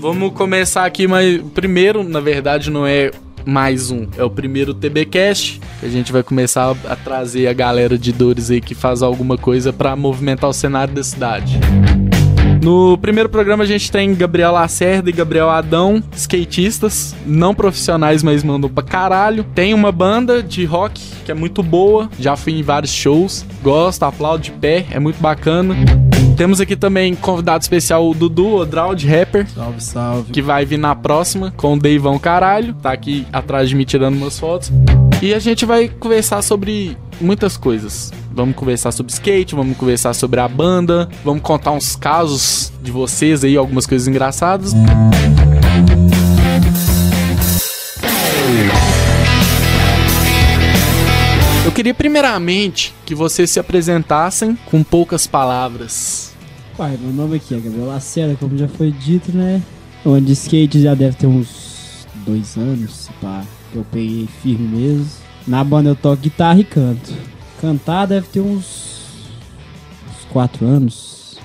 Vamos começar aqui, mas primeiro, na verdade, não é mais um. É o primeiro TBcast. que A gente vai começar a trazer a galera de Dores aí que faz alguma coisa pra movimentar o cenário da cidade. No primeiro programa a gente tem Gabriel Lacerda e Gabriel Adão, skatistas, não profissionais, mas mandam pra caralho. Tem uma banda de rock que é muito boa, já fui em vários shows, gosto, aplaudo de pé, é muito bacana. Temos aqui também convidado especial o Dudu Odral, de rapper, Salve, salve. que vai vir na próxima com o Deivão Caralho. Tá aqui atrás de mim tirando umas fotos. E a gente vai conversar sobre muitas coisas. Vamos conversar sobre skate, vamos conversar sobre a banda, vamos contar uns casos de vocês aí, algumas coisas engraçadas. Eu queria primeiramente que vocês se apresentassem com poucas palavras. Pai, meu nome aqui é Gabriel Lacerda, como já foi dito, né? Onde skate já deve ter uns dois anos, se pá, que eu peguei firme mesmo. Na banda eu toco guitarra e canto. Cantar deve ter uns, uns quatro anos,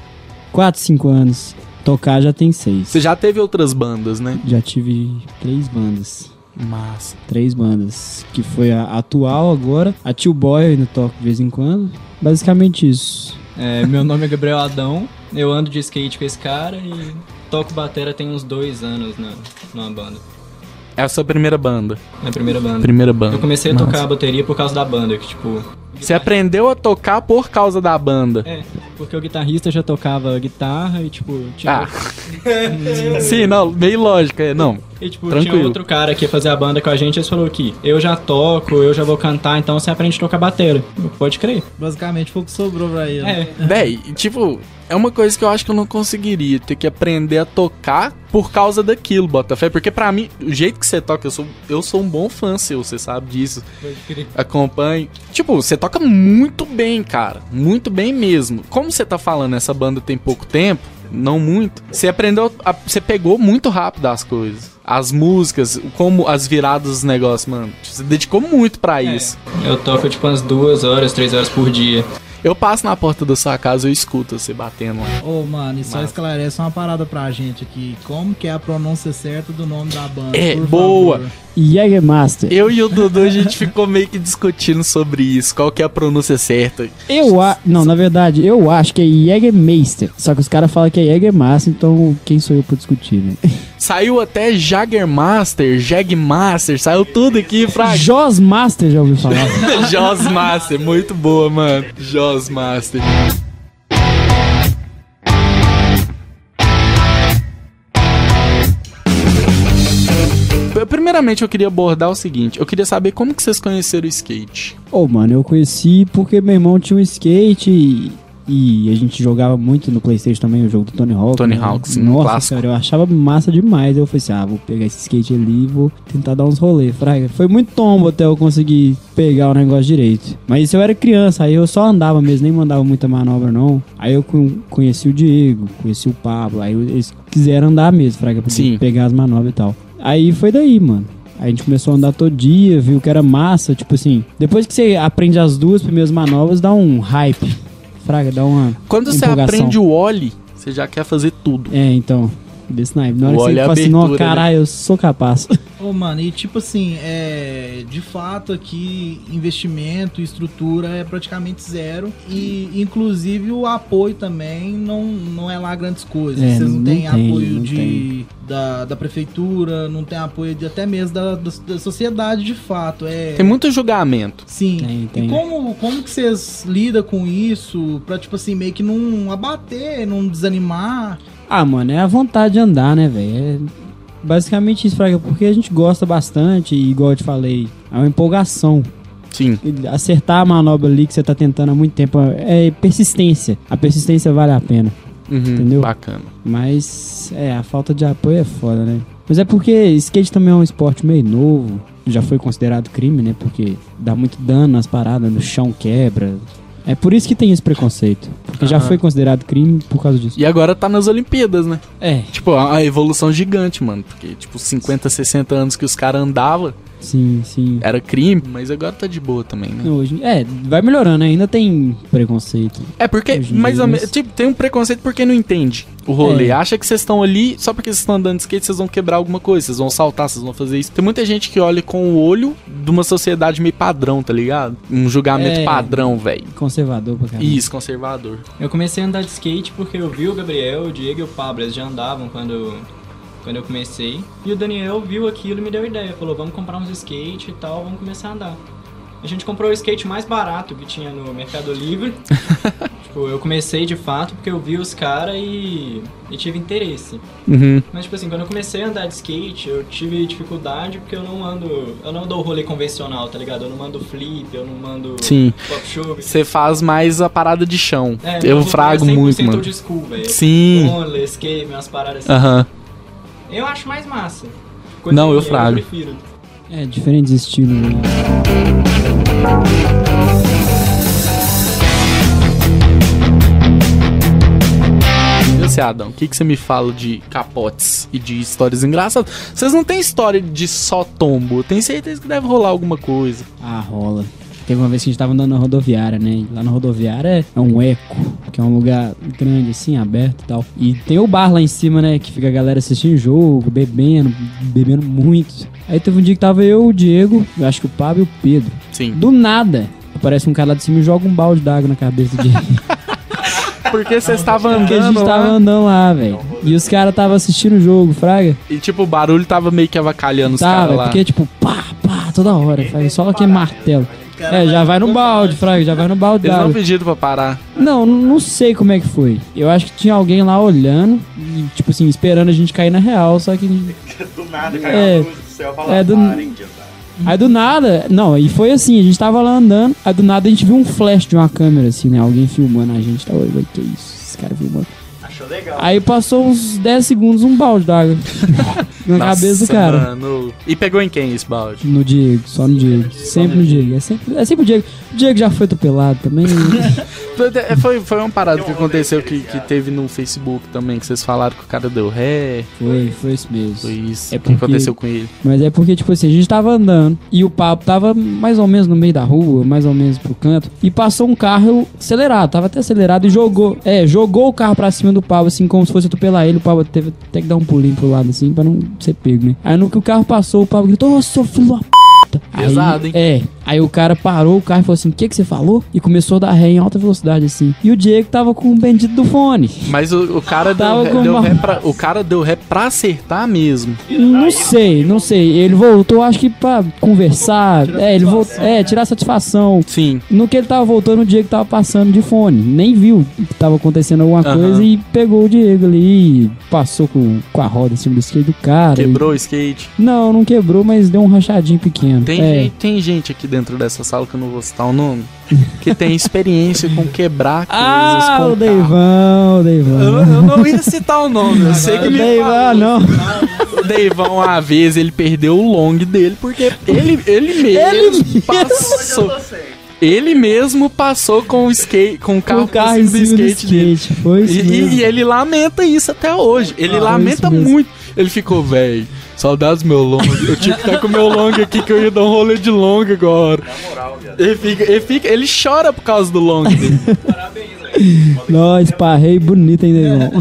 quatro, cinco anos. Tocar já tem seis. Você já teve outras bandas, né? Já tive três bandas. Massa. Três bandas. Que foi a atual agora. A Tio Boy eu ainda toco de vez em quando. Basicamente isso. É, meu nome é Gabriel Adão, eu ando de skate com esse cara e toco batera tem uns dois anos na, numa banda. É a sua primeira banda. Minha primeira banda. Primeira banda. Eu comecei a Massa. tocar a bateria por causa da banda, que tipo. Você aprendeu a tocar por causa da banda. É, porque o guitarrista já tocava guitarra e tipo. Tinha, Ah. Sim, não, meio lógica, é, não. e, tipo, tinha tranquilo. outro cara que ia fazer a banda com a gente e eles falou que eu já toco, eu já vou cantar, então você aprende a tocar batera. Eu, Pode crer. Basicamente foi o que sobrou pra ele. né? É. Véi, e, tipo, é uma coisa que eu acho que eu não conseguiria, ter que aprender a tocar por causa daquilo, Botafé, porque pra mim, o jeito que você toca, eu sou, eu sou um bom fã seu, você sabe disso, Pode crer. acompanhe. Tipo, você toca muito bem, cara, muito bem mesmo. Como você tá falando, essa banda tem pouco tempo, não muito, você aprendeu, a- você pegou muito rápido as coisas. As músicas, como as viradas dos negócios, mano. Você dedicou muito pra É. isso. Eu toco tipo umas duas horas, três horas por dia. Eu passo na porta da sua casa eu escuto você batendo lá. Ô, mano, e só Massa. esclarece uma parada pra gente aqui. Como que é a pronúncia certa do nome da banda? É, por boa. favor? Jägermaster. Eu e o Dudu, a gente ficou meio que discutindo sobre isso, qual que é a pronúncia certa. Eu a... Não, na verdade, eu acho que é Jägermeister. Só que os caras falam que é Jägermaster, então quem sou eu pra discutir, né? Saiu até Jaggermaster, Jagmaster, saiu tudo aqui pra Josmaster já ouviu falar. Josmaster, muito boa, mano. Josmaster. Primeiramente, eu queria abordar o seguinte. Eu queria saber como que vocês conheceram o skate. Ô, mano, eu conheci porque meu irmão tinha um skate e, e a gente jogava muito no Playstation também o jogo do Tony Hawk. né? Tony Hawk, sim, Nossa, clássico. cara, eu achava massa demais. Eu falei assim, ah, vou pegar esse skate ali e vou tentar dar uns rolês, fraga. Foi muito tombo até eu conseguir pegar o negócio direito. Mas isso eu era criança, aí eu só andava mesmo, nem mandava muita manobra, não. Aí eu con- conheci o Diego, conheci o Pablo, aí eles quiseram andar mesmo, fraga, pra Sim. pegar as manobras e tal. Aí foi daí, mano. A gente começou a andar todo dia, viu que era massa, tipo assim. Depois que você aprende as duas primeiras manobras, dá um hype. Fraga, dá uma. Quando você Empolgação. aprende o ollie, você já quer fazer tudo. É, então. Desse naipe. Na hora que Olha você a fala assim, não, abertura, né?" caralho, eu sou capaz. Ô, mano, e tipo assim, é, de fato aqui investimento, estrutura é praticamente zero. E inclusive o apoio também não, não é lá grandes coisas. É, Vocês não, não têm tem, apoio não de, tem. Da, da prefeitura, não tem apoio de, até mesmo da, da, da sociedade de fato. É, Tem muito julgamento. Sim. Tem, tem. E como, como que vocês lidam com isso pra, tipo assim, meio que não abater, não desanimar? Ah, mano, é a vontade de andar, né, velho? É basicamente isso, Fraga, porque a gente gosta bastante, e igual eu te falei, é uma empolgação. Sim. Acertar a manobra ali que você tá tentando há muito tempo é persistência. A persistência vale a pena. Entendeu? Uhum. Bacana. Mas é, a falta de apoio é foda, né? Mas é porque skate também é um esporte meio novo, já foi considerado crime, né? Porque dá muito dano nas paradas, no chão quebra, É por isso que tem esse preconceito. Porque já Aham. foi considerado crime por causa disso. E agora tá nas Olimpíadas, né? É, Tipo, a a evolução gigante, mano. Porque, tipo, 50, 60 anos que os caras andavam, sim, sim. era crime, mas agora tá de boa também, né? Hoje, é, vai melhorando, ainda tem preconceito. É porque, Hoje em mais dia, ou mas- menos, tipo, tem um preconceito porque não entende o rolê. É. Acha que vocês estão ali, só porque vocês estão andando de skate, vocês vão quebrar alguma coisa, vocês vão saltar, vocês vão fazer isso. Tem muita gente que olha com o olho de uma sociedade meio padrão, tá ligado? Um julgamento É. padrão, velho. Conservador pra caramba. Isso, conservador. Eu comecei a andar de skate porque eu vi o Gabriel, o Diego e o Pablo, eles já andavam quando, quando eu comecei. E o Daniel viu aquilo e me deu ideia, falou, vamos comprar uns skate e tal, vamos começar a andar. A gente comprou o skate mais barato que tinha no Mercado Livre. tipo, eu comecei de fato porque eu vi os caras e, e tive interesse. Uhum. Mas tipo assim, quando eu comecei a andar de skate, eu tive dificuldade porque eu não ando. Eu não dou rolê convencional, tá ligado? Eu não mando flip, eu não mando Sim. pop shove. Você faz mais a parada de chão. É, então meu eu rolê é frago 100% muito, mano. old school, velho. Sim. Roller, skate, umas paradas assim. Aham. Eu acho mais massa. Não, eu que frago. Eu prefiro. É, diferentes estilos. Né? E você, Adão, o que, que você me fala de capotes e de histórias engraçadas? Vocês não têm história de só tombo. Eu tenho certeza que deve rolar alguma coisa. Ah, rola. Teve uma vez que a gente tava andando na rodoviária, né? E lá na rodoviária é um eco, que é um lugar grande assim, aberto e tal. E tem o bar lá em cima, né? Que fica a galera assistindo jogo, bebendo, bebendo muito. Aí teve um dia que tava eu, o Diego, eu acho que o Pablo e o Pedro. Sim. Do nada, aparece um cara lá de cima e joga um balde d'água na cabeça do Diego. Porque vocês estavam Porque a andando gente lá, tava né? andando lá, velho. E os caras tava assistindo o jogo, fraga. e tipo, o barulho tava meio que avacalhando os Tá, caras velho. lá. Porque, tipo, pá, pá, toda hora, fraga. Só aquele martelo. É, já vai no balde, fraga. Já vai no balde Eles d'água. não pediram pra parar. Não, n- não sei como é que foi. Eu acho que tinha alguém lá olhando e, tipo assim, esperando a gente cair na real, só que. Do nada caiu É. uma luz do céu falando, É, do- parem de andar. Aí do nada. Não, e foi assim, a gente tava lá andando, aí do nada a gente viu um flash de uma câmera, assim, né? Alguém filmando a gente. Tá, ué, ué, que isso? Esse cara filmando. Achou legal. Aí passou uns 10 segundos um balde d'água. na cabeça Nossa, do cara. mano. E pegou em quem esse balde? No Diego, só no Diego. Sempre no Diego. É sempre, é sempre o Diego. O Diego já foi atropelado também. Foi- Foi, foi uma parada que Tem um aconteceu rolê que, que teve no Facebook também, que vocês falaram que o cara deu ré. foi, foi isso mesmo. Foi isso. É O que porque- aconteceu com ele? Mas é porque, tipo assim, a gente tava andando e o papo tava mais ou menos no meio da rua, mais ou menos pro canto, e passou um carro acelerado, tava até acelerado, e jogou, é, jogou o carro pra cima do Pablo, assim, como se fosse atropelar ele, o Pablo teve até que dar um pulinho pro lado, assim, pra não ser pego, né? Aí no que o carro passou, o Pablo gritou, ô, seu filho da p****. Aí- Pesado, hein? É. Aí o cara parou o carro e falou assim, o que que você falou? E começou a dar ré em alta velocidade, assim. E o Diego tava com o bendito do fone. Mas o, o cara deu, Tava ré, com deu uma- ré pra, o cara deu ré pra acertar mesmo. Não sei, não sei. Ele voltou, acho que pra conversar. É, ele voltou. É, tirar satisfação. Sim. No que ele tava voltando, o Diego tava passando de fone. Nem viu que tava acontecendo alguma Aham. coisa e pegou o Diego ali e passou com, com a roda em cima do skate do cara. e- Quebrou o skate. Não, não quebrou, mas deu um rachadinho pequeno. Tem, é. gente, tem gente aqui dentro dessa sala que eu não vou citar o nome, que tem experiência com quebrar coisas Ah, com o o carro. Deivão, o Eu, Deivão. eu não ia citar o nome, eu sei que O me Deivão, falou. não. O Deivão, uma vez, ele perdeu o long dele, porque ele, ele mesmo Hoje eu passou. tô sem. Ele mesmo passou com o, skate, com o carro, o carro por em cima cima do skate, dele. foi isso E, e- mesmo. e ele lamenta isso até hoje. Ele Ah, lamenta isso mesmo. muito. Ele ficou, velho, saudades do meu long. Eu tive que estar com o meu long aqui que eu ia dar um rolê de long agora. Na moral, viado. Ele, fica, ele, fica, ele chora por causa do long dele. Nós, parrei bonito, hein, Deivão.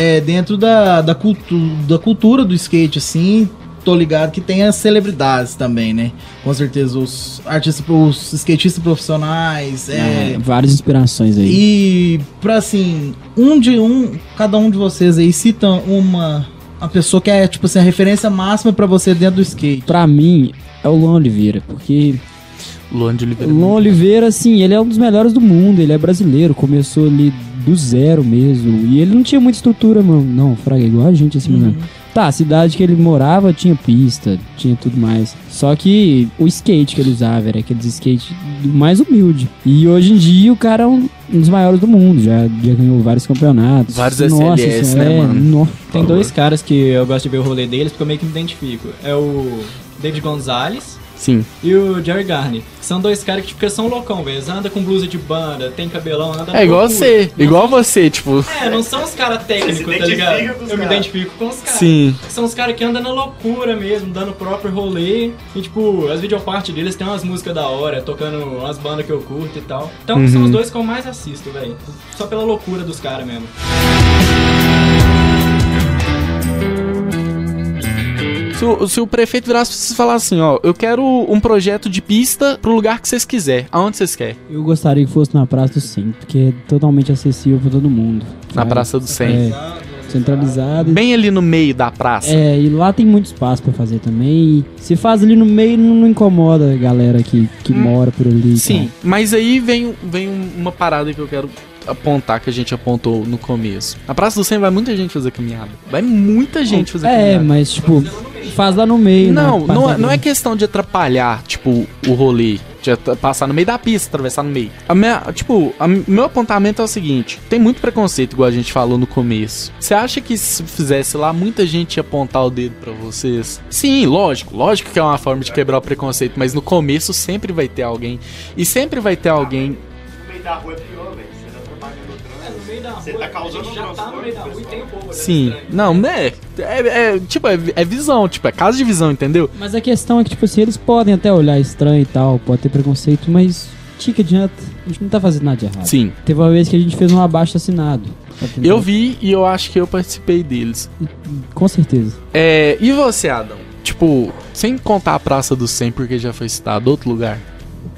É, dentro da, da, cultu- da cultura do skate, assim, tô ligado que tem as celebridades também, né? Com certeza, os artistas, os skatistas profissionais, é, É, várias inspirações aí. E pra assim, um de um, cada um de vocês aí cita uma a pessoa que é tipo assim a referência máxima pra você dentro do skate. Pra mim, é o Luan Oliveira, porque Luan de Oliveira. Lon Oliveira, assim, ele é um dos melhores do mundo, ele é brasileiro, começou ali do zero mesmo. E ele não tinha muita estrutura, mano. Não, fraga, igual a gente, assim, mano. Tá, a cidade que ele morava tinha pista, tinha tudo mais. Só que o skate que ele usava era aqueles skate do mais humilde. E hoje em dia o cara é um, um dos maiores do mundo, já, já ganhou vários campeonatos. Vários Nossa SLS, senhora, né, é, mano? no- Tem né? dois caras que eu gosto de ver o rolê deles porque eu meio que me identifico. É o David Gonzalez Sim. e o Jerry Garney. que São dois caras que tipo, que são loucão, velho. Eles andam com blusa de banda, tem cabelão, anda É igual tudo. você. Igual você, tipo. É, não são os caras Você se técnicos, tá identifica ligado? com Eu os me caras. identifico com os caras. Sim. São os caras que andam na loucura mesmo, dando o próprio rolê. E, tipo, as videopartes deles tem umas músicas da hora, tocando umas bandas que eu curto e tal. Então, Uhum. são os dois que eu mais assisto, velho. Só pela loucura dos caras mesmo. Se o, se o prefeito virasse pra vocês e falasse assim, ó, eu quero um projeto de pista pro lugar que vocês quiserem. Aonde vocês querem? Eu gostaria que fosse na Praça do Centro, porque é totalmente acessível pra todo mundo. Na sabe? Praça do Centro. É, centralizado. Bem ali no meio da praça. É, e lá tem muito espaço pra fazer também. E se faz ali no meio, não, não incomoda a galera que, que Hum. mora por ali. e Sim, tal. mas aí vem, vem um- uma parada que eu quero apontar, que a gente apontou no começo. Na Praça do Centro vai muita gente fazer caminhada. Vai muita gente fazer É, caminhada. mas tipo, faz lá no meio. Não, né? não, Passa é- não é ali. questão de atrapalhar, tipo, o rolê. De at- passar no meio da pista, atravessar no meio. A minha, tipo, a mi- meu apontamento é o seguinte: tem muito preconceito, igual a gente falou no começo. Você acha que se fizesse lá, muita gente ia apontar o dedo pra vocês? Sim, lógico, lógico que é uma forma de quebrar o preconceito, mas no começo sempre vai ter alguém. E sempre vai ter alguém No meio da rua é pior, velho. Você tá propagando o trânsito. no meio da Você tá causando um transtorno, pessoal. o povo olhando Sim, estranho. não, né? É, é, tipo, é, é visão, tipo, é caso de visão, entendeu? Mas a questão é que, tipo assim, eles podem até olhar estranho e tal, pode ter preconceito, mas que que adianta? A gente não tá fazendo nada de errado. Sim. Teve uma vez que a gente fez um abaixo assinado. Eu vi e eu acho que eu participei deles. Com certeza. É, e você, Adam? Tipo, sem contar a Praça do 100, porque já foi citado outro lugar.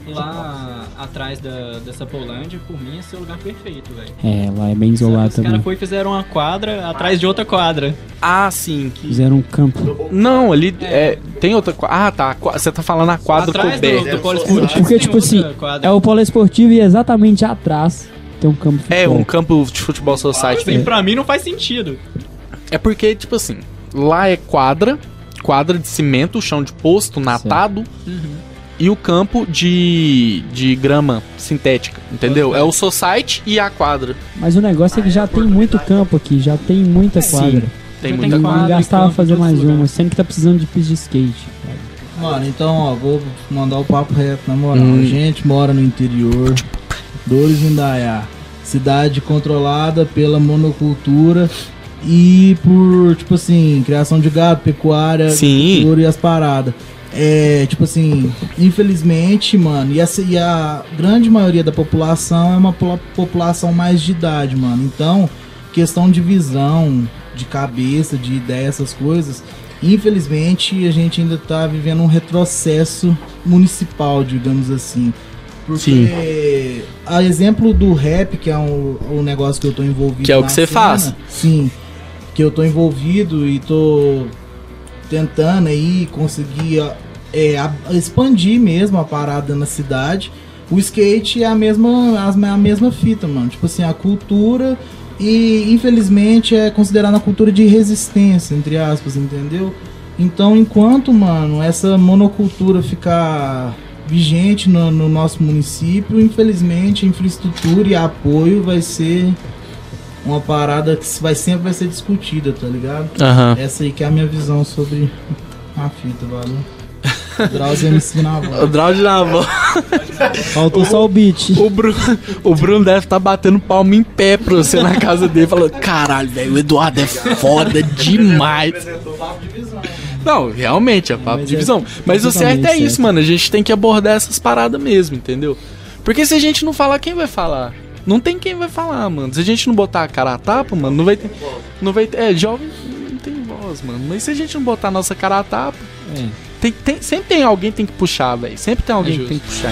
Lá atrás da, dessa Polândia, por mim, ia ser o lugar perfeito, velho. É, lá é bem Só que isolado Os também. caras foi e fizeram uma quadra atrás de outra quadra. Ah, sim. Que... Fizeram um campo. Não, ali é, tem outra. qua- Ah, tá. qua- Você tá falando a quadra atrás coberta. do, do polo Porque, esportivo. tipo tem outra assim, quadra. É o polo esportivo e exatamente atrás tem um campo de É, futebol. um campo de futebol society. Assim, pra mim não faz sentido. É porque, tipo assim, lá é quadra, quadra de cimento, chão de posto, natado, Uhum. e o campo de, de grama sintética, entendeu? É o society e a quadra. Mas o negócio é que já tem muito campo aqui, já tem muita Sim. quadra. Tem Já muita e quadra quadra. e gastava campo em fazer todos mais os lugares. uma, sendo que tá precisando de pista de skate. Mano, então, ó, vou mandar o papo reto, na moral. Hum. A gente mora no interior, Dores de Indaiá, cidade controlada pela monocultura e por, tipo assim, criação de gado, pecuária, Sim. agricultura e as paradas. É, tipo assim, infelizmente, mano, e a, e a grande maioria da população é uma po- população mais de idade, mano. Então, questão de visão, de cabeça, de ideia, essas coisas. Infelizmente, a gente ainda tá vivendo um retrocesso municipal, digamos assim. Sim. Porque, a exemplo do rap, que é o o negócio que eu tô envolvido. Que é o na que você cena, faz. Sim. Que eu tô envolvido e tô tentando aí conseguir ó, é, a- expandir mesmo a parada na cidade. O skate é a mesma, as- a mesma fita, mano. Tipo assim, a cultura e infelizmente é considerada uma cultura de resistência, entre aspas, entendeu? Então, enquanto, mano, essa monocultura ficar vigente no, no nosso município, infelizmente a infraestrutura e apoio vai ser uma parada que vai, sempre vai ser discutida, tá ligado? Aham. Essa aí que é a minha visão sobre a fita, valeu? Drauzio é MC na O voz. Drauzio na mão. Faltou só o beat. O Bruno, o Bruno deve estar batendo palma em pé pra você na casa dele, falando: caralho, velho, o Eduardo é foda demais. Apresentou o papo de visão. Não, realmente, é papo Mas de é visão. Mas o certo totalmente é isso, certo. mano. A gente tem que abordar essas paradas mesmo, entendeu? Porque se a gente não falar, quem vai falar? Não tem quem vai falar, mano. Se a gente não botar a cara a tapa, mano, não vai ter. Não vai ter. É, jovem não tem voz, mano. Mas se a gente não botar a nossa cara a tapa, É. tem- tem- sempre tem alguém que tem que puxar, velho. Sempre tem alguém que tem que puxar.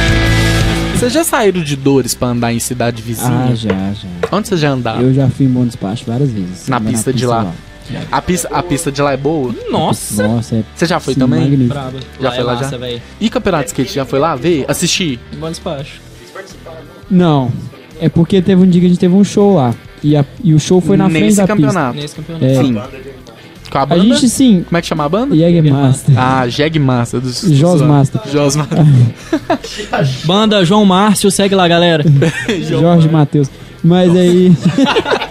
entendeu? Vocês já saíram de dores pra andar em cidade vizinha? Ah, já, já. Onde vocês já andaram? Eu já fui em bom despacho várias vezes. Ah. Na Mas pista de lá. A, pista, a pista de lá é boa? Nossa! Nossa, é Você já foi sim, também? magnífico. Braba. Já lá foi é lá, massa, já? velho. Um E campeonato de skate, já foi lá ver? Assistir? Bom despacho. Não, é porque teve um dia que a gente teve um show lá. E, a- e o show foi na frente Nesse da pista. campeonato. Nesse campeonato. É. Sim. Com a A banda? gente sim, Como é que chama a banda? Jägermaster. Ah, Jegmaster. Dos... Josmaster. Josmaster. É. Banda João Márcio, segue lá, galera. Jorge Matheus. Mas aí. merda.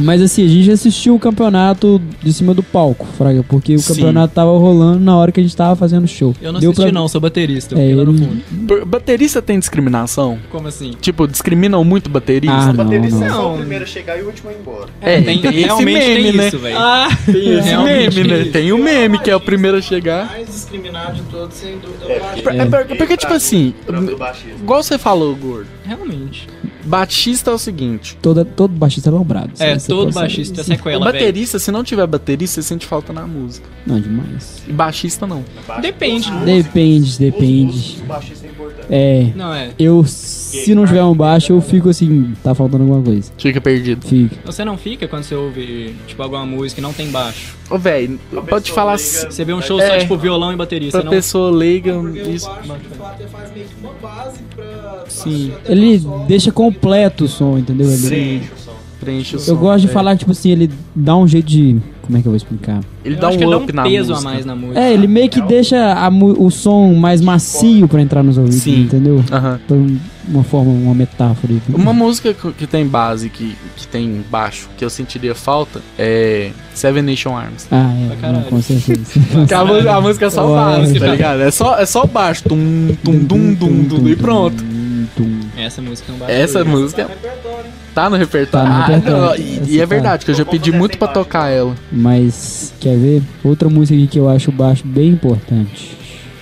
Mas assim, a gente assistiu o campeonato de cima do palco, Fraga, porque o Sim. campeonato tava rolando na hora que a gente tava fazendo o show. Eu não Deu assisti pra- não, sou baterista, eu É, fiquei lá no ele- fundo. B- Baterista tem discriminação? Como assim? Tipo, discriminam muito baterista? Ah, não, Baterista é não. só Não. o primeiro a chegar e o último a ir embora. é, Tem- realmente tem isso, velho. Ah, tem esse Realmente meme, tem né? isso. Tem o meme que é o primeiro a chegar. Mais discriminado de todos, sem dúvida. É, porque- É, porque, porque, tipo assim, O trampo do baixista. igual você falou, gordo, Realmente. Batista é o seguinte. Toda, todo baixista é lombrado. É, Você todo consegue- baixista é Sim. sequela, velho. baterista, se não tiver baterista, você sente falta na música. Não, demais. E baixista não. Baixo- Depende, os né? músicos- Depende, os músicos, depende. O baixista é importante. É, Não, é. eu, se não tiver um baixo, eu fico assim, tá faltando alguma coisa. Fica perdido. Fica. Você não fica quando você ouve, tipo, alguma música e não tem baixo. Ô, velho, Uma pode pessoa falar liga- Você vê um show É. só, tipo, violão e bateria. Você pra não... pessoa leiga um isso. de fato ele faz meio que uma base pra. Sim. Ele deixa completo o som, entendeu? Ele- Preenche o som. Preenche o som. Eu gosto de é. falar, tipo assim, ele dá um jeito de. Como é que eu vou explicar? Ele Eu dá acho que um up na dá um peso a música. mais na música. É, ele meio que deixa a mu- o som mais macio pra entrar nos ouvidos, Sim. entendeu? Aham. Por um- uma forma, uma metáfora. aí. Uma música que que tem base, que, que tem baixo, que eu sentiria falta, é Seven Nation Arms. Ah, Pra é, caralho. não, com certeza. Que a, mu- a música é só Ué. base, tá ligado? É só, é só baixo. Tum, tum, dum, dum, dum, e pronto. Tum, tum. Essa música é um baixo. Essa música tá no repertório. Tá no Ah, repertório. não, e- e, é Essa tá. verdade, que eu já pedi muito pra tocar ela. Mas, quer ver? Outra música aqui que eu acho baixo bem importante.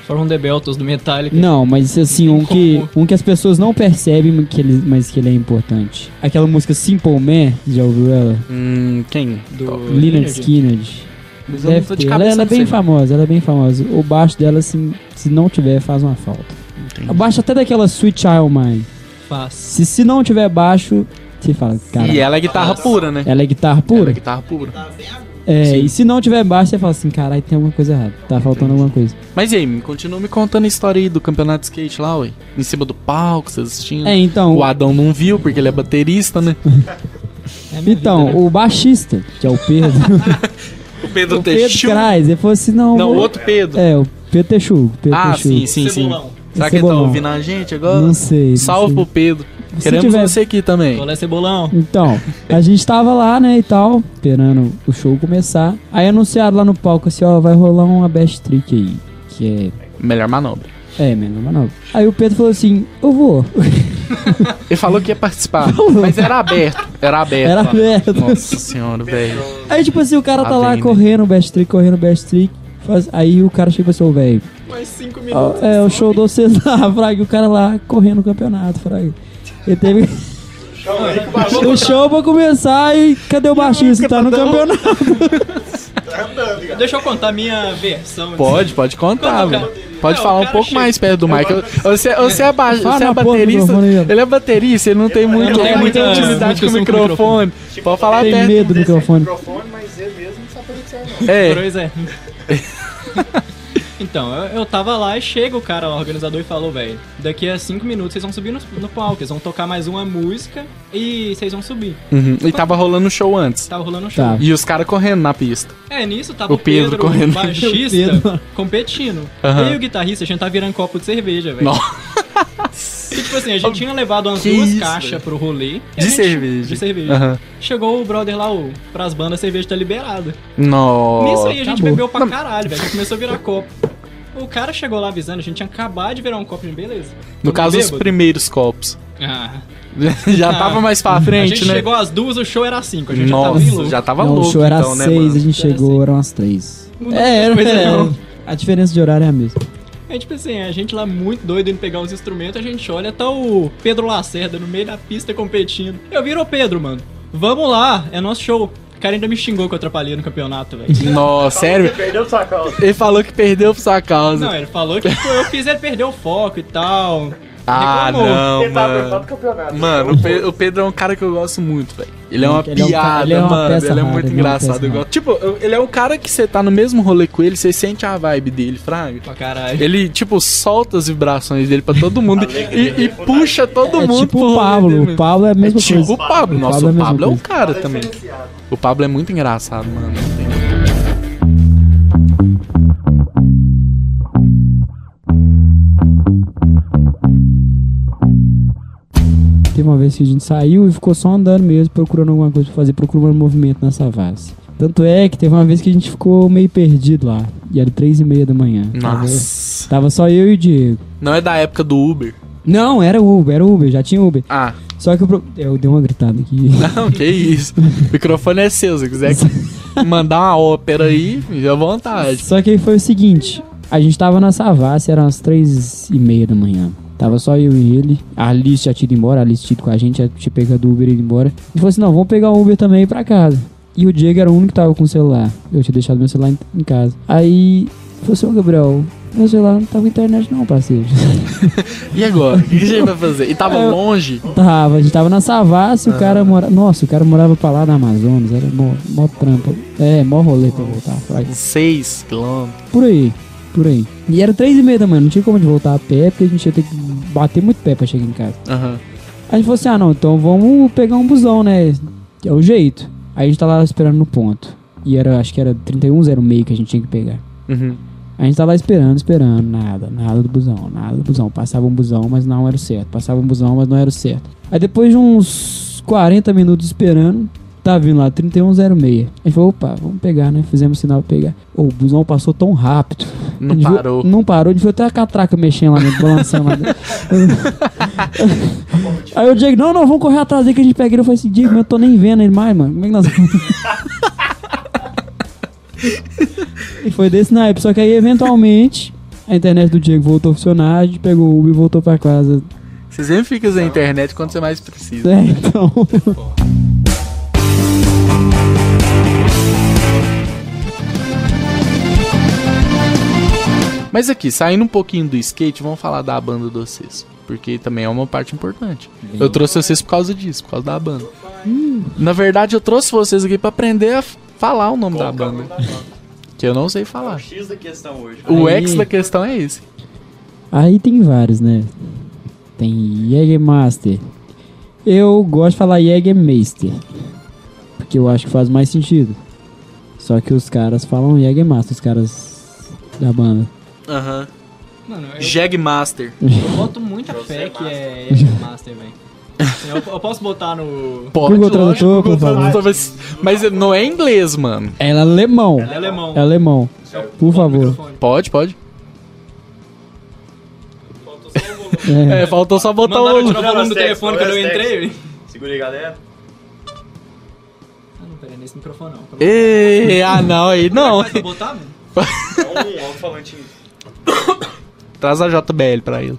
Foram The Beltons um do Metallica. Não, mas assim, um que, um que as pessoas não percebem, mas que ele, mas que ele é importante. Aquela música Simple Man, já ouviu ela? Hum, quem? Do Leonard Leonard. Skinner. Mas eu não Deve tô ter. de Ela, cabeça ela é não bem sei, famosa, ela é bem famosa. O baixo dela, assim, se não tiver, faz uma falta. não. Entendi. O baixo até daquela Sweet Child Mine. Faz. Se, se não tiver baixo, você fala, cara, E ela é guitarra pura, né? ela é guitarra Ela é pura. guitarra pura. É, Sim. e se não tiver baixo, você fala assim, caralho, tem alguma coisa errada. Tá faltando alguma coisa. Mas e aí, me- continua me contando a história aí do campeonato de skate lá, ué. Em cima do palco, vocês assistindo. É, então. O Adão não viu, porque ele é baterista, né? É minha Então, vida, né? o baixista, que é o Pedro, O Pedro o Pedro Teixeira. Traz, ele falou assim, não. Não, o vou- outro Pedro. É, o Pedro Texugo. Pedro ah, Texugo. sim, sim, sim. Cebolão. Será que ele tá Cebolão. ouvindo a gente agora? Não sei. não Salve sei. pro Pedro. Se Queremos tiver- você aqui também. Olé Cebolão. Então, a gente tava lá, né, e tal, esperando o show começar. Aí anunciaram lá no palco assim, ó, vai rolar uma best trick aí. Que Melhor manobra. é. É, menor manobra. Aí o Pedro falou assim: Eu vou. Ele falou que ia participar, mas era aberto. Era aberto. Era lá. aberto. É Nossa senhora, velho. Aí, tipo assim, o cara tá Lá lá vem, né? correndo, best trick, correndo, best trick. faz- Aí o cara chega e falou assim: Ô, velho, Mais cinco ó, é o show do Cesar, Fraga. O cara lá correndo o campeonato, Fraga. Ele teve. Calma aí que o baixista o show pra começar e cadê o baixista? Tá no campeonato. tá andando, cara. Deixa eu contar a minha versão. assim. Pode, pode contar, Não, velho. cara. Pode Não, falar o um cara pouco chega- mais perto do Michael. Você, você é, ba... Fala você é na porra do baterista. microfone aí, ó. Ele é baterista, ele não tem muito, muita tem muita intimidade com o discussão com o microfone. Tipo, Pode falar Tem até. medo do microfone. microfone, mas ele mesmo não sabe pronunciar, não. É, Pois é. Então, eu, eu tava lá e chega o cara, o organizador, e falou, velho, daqui a cinco minutos vocês vão subir no, no palco, vocês vão tocar mais uma música e vocês vão subir. uhum. e tava rolando um show antes. Tava rolando um show. Tá. E os caras correndo na pista. É, nisso tava O o Pedro Pedro, correndo. o baixista, O Pedro. competindo. Aham. Eu e o guitarrista, a gente tava virando copo de cerveja, velho. Nossa. E, tipo assim, a gente tinha levado umas Que duas isso, velho. caixas pro rolê. E a De gente- cerveja. De cerveja. Aham. Chegou o brother lá, o, pras bandas, a cerveja tá liberada. Nisso Nossa. aí a gente acabou. bebeu pra caralho, velho. A gente começou a virar copo. O cara chegou lá avisando, a gente tinha acabado de virar um copo de beleza. No Todo caso, os bêbado. primeiros copos. Ah, Já Ah. tava mais pra a frente, gente né? chegou às duas, o show era às cinco. A gente já tava bem Nossa, louco. já tava não, louco. o show era então, né, seis, mano? a gente Era chegou, seis. eram as três. Não É, era, coisa era- não. a diferença de horário é a mesma. É tipo assim, a gente lá muito doido indo pegar uns instrumentos, a gente olha, tá o Pedro Lacerda no meio da pista competindo. Eu viro o Pedro, mano. Vamos lá, é nosso show. O cara ainda me xingou que eu atrapalhei no campeonato, velho. Nossa, sério? Você perdeu sua calça. Ele falou que perdeu por sua causa. Não, ele falou que tipo, eu fiz ele perder o foco e tal. ah, reclamou. não, Ele tava preocupado mano. com o campeonato. Mano, o, Pe- o Pedro é um cara que eu gosto muito, velho. Ele é uma Ele é um ca- piada, ele é uma mano. peça Ele é rara, muito ele é uma engraçado. peça eu rara. gosto. Tipo, eu- ele é um cara que você tá no mesmo rolê com ele, você sente a vibe dele, fraga. Pra caralho. Ele, tipo, solta as vibrações dele pra todo mundo e, e puxa todo É mundo tipo pro o rolê dele Pablo, mesmo. o Pablo é a É mesma tipo coisa. o Pablo. O Nossa, Pablo é a o mesma Pablo é um coisa. Tá cara Tá também. diferenciado. O Pablo é muito engraçado, mano. Tem Teve uma vez que a gente saiu e ficou só andando mesmo, procurando alguma coisa pra fazer, procurando um movimento nessa várzea. Tanto é que teve uma vez que a gente ficou meio perdido lá. E era três e meia da manhã. Nossa. Tava só eu e o Diego. Não é da época do Uber? Não, era Uber, era Uber, já tinha Uber. Ah, Só que o pro... Eu dei uma gritada aqui. não, que isso. O microfone é seu, se quiser mandar uma ópera aí, fique à vontade. Só que aí foi o seguinte: a gente tava na Savassi, era umas três e meia da manhã. Tava só eu e ele. A Alice já tinha ido embora, a Alice tinha ido com a gente, já tinha pegado o Uber e ido embora. E falou assim: não, vamos pegar o Uber também pra casa. E o Diego era o único que tava com o celular. Eu tinha deixado meu celular em, em casa. Aí falou assim: ô Gabriel, meu celular não tá com internet não, parceiro. E agora? O que que a gente vai fazer? E tava Eu- longe? Tava, a gente tava na Savassi, o cara morava. Nossa, o cara morava pra lá na Amazonas, era mó, mó trampa. É, mó rolê pra voltar. Vai. Uns 6 quilômetros. Por aí, por aí. E era três e meia da manhã, não tinha como de voltar a pé, porque a gente ia ter que bater muito pé pra chegar em casa. Aham. Aí a gente falou assim, ah não, então vamos pegar um busão, né? É o jeito. Aí a gente tá lá esperando no ponto. E era, acho que era 3106 que a gente tinha que pegar. Uhum. A gente tá lá esperando, esperando, nada, nada do busão, nada do busão. Passava um busão, mas não era o certo. Passava um busão, mas não era o certo. Aí depois de uns 40 minutos esperando, tá vindo lá, 3106. A gente falou, opa, vamos pegar, né? Fizemos sinal pra pegar. Ô, o busão passou tão rápido. A Não gente viu- parou. não parou, a gente viu até a catraca mexendo lá dentro, balançando lá dentro. Aí o Diego, não, não, vamos correr atrás dele que a gente pega ele. Eu falei assim, Diego, mas eu tô nem vendo ele mais, mano. Como é que nós vamos? e foi desse naipe, só que aí eventualmente a internet do Diego voltou a funcionar, a gente pegou o Uber e voltou pra casa. Você sempre fica na internet quando você mais precisa. É, então. Mas aqui, saindo um pouquinho do skate, vamos falar da banda de vocês. Porque também é uma parte importante. Eu trouxe vocês por causa disso, por causa da banda. Na verdade, eu trouxe vocês aqui pra aprender a f- falar o nome da banda. Que eu não sei O falar. X da questão hoje. O Aí. X da questão é esse. Aí tem vários, né? Tem Jägermeister. Eu gosto de falar Jägermeister. Porque eu acho que faz mais sentido. Só que os caras falam Jägermeister, os caras da banda. Aham. Mano, eu, Jagmaster. eu boto muita fé que é Ego Master, velho. Eu, eu posso botar no. Pode. Google lógico, Tradutor, por Google favor. Tradutor, mas, mas não é inglês, mano. Ela é alemão. É alemão. É alemão. Por favor. Microfone. Pode, pode. É. É, faltou só botar Mandaram o. tirar o volume do Presta, telefone quando eu presta. entrei, velho. Segura aí, galera. Ah, não, pera, nesse microfone não. Pelo- Ei, ah, não, aí não. Faz pra botar, mano? É um alto-falante. Traz a JBL pra ele.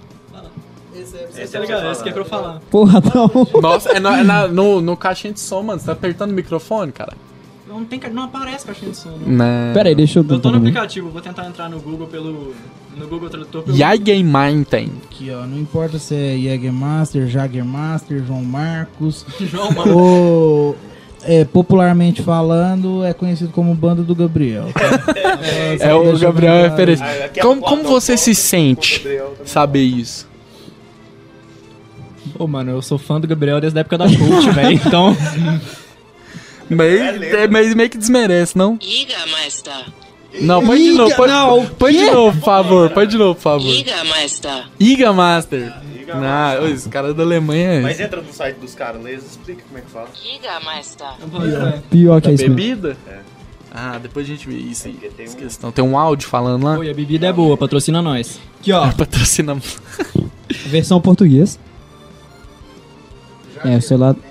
Esse é legal, esse que é pra eu falar. Porra, não. Nossa, é, na- é na- no, no caixinha de som, mano. Você tá apertando o microfone, cara. Né. Não, tem, ca- não aparece caixinha de som. Não. tá Não. Pera aí, deixa eu um Eu tô tentar. no também. aplicativo, vou tentar entrar no Google pelo. no Google Tradutor pelo. Jagermeister. Aqui, ó, não importa se é Jägermaster, Jagermaster, João Marcos, João, mano. ou é, popularmente falando, é conhecido como Banda do Gabriel. É o Deixa eu Gabriel ver. Referência. Ah, aqui é Como, o como Platão, você se sente Gabriel também. saber isso? Ô, mano, eu sou fã do Gabriel desde a época da Cult, velho. Então. Meio, é, mas meio que desmerece, não? Jägermeister, Não, põe de Iga- novo. Põe, não, põe de novo, por favor. Põe de novo, por favor. Jägermeister, Iga Master. Liga lá. Ah, os caras da Alemanha. é Mas entra no site dos caras, lê, explica como é que fala. Jägermeister, Pior Tá que é isso mesmo. Bebida? Ah, depois a gente vê isso aí. Porque tem um- Essa questão. Tem um áudio falando lá. Oi, a bebida é boa, patrocina nós. Aqui, ó. Patrocina. Versão portuguesa. É, o celular. Ah,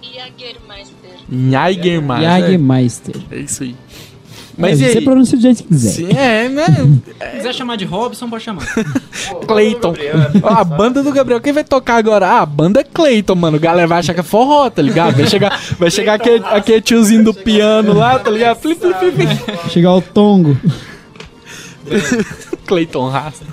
Jägermeister. Jagermeister. Jägermeister. É isso aí. Mas é, e Você aí? pronuncia do jeito que quiser. Sim, é, né? Se quiser chamar de Robson, pode chamar. Clayton. Gabriel é Ó, a banda do Gabriel, quem vai tocar agora? Ah, a banda é Clayton, mano. O galera vai achar que é forró, tá ligado? Vai chegar, vai chegar aquele, aquele tiozinho do piano lá, tá ligado? Flip, flip, flip, flip. Chegar o tongo. Clayton Rasta.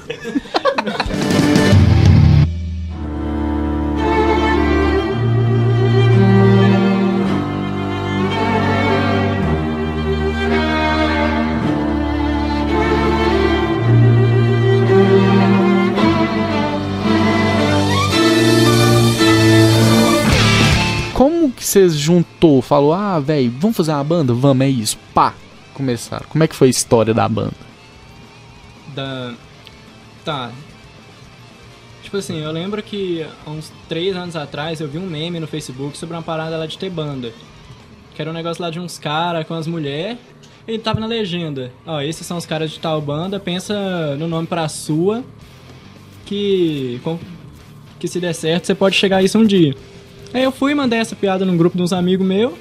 Como que vocês juntou? Falou, ah, velho, vamos fazer uma banda? Vamos, é isso. Pá, começaram. Como é que foi a história da banda? Da. Tá. Tipo assim, eu lembro que há uns três anos atrás eu vi um meme no Facebook sobre uma parada lá de ter banda. Que era um negócio lá de uns caras com as mulheres. E tava na legenda. Ó, esses são os caras de tal banda, pensa no nome pra sua. Que. com- que se der certo, você pode chegar a isso um dia. Aí eu fui e mandei essa piada num grupo de uns amigos meu.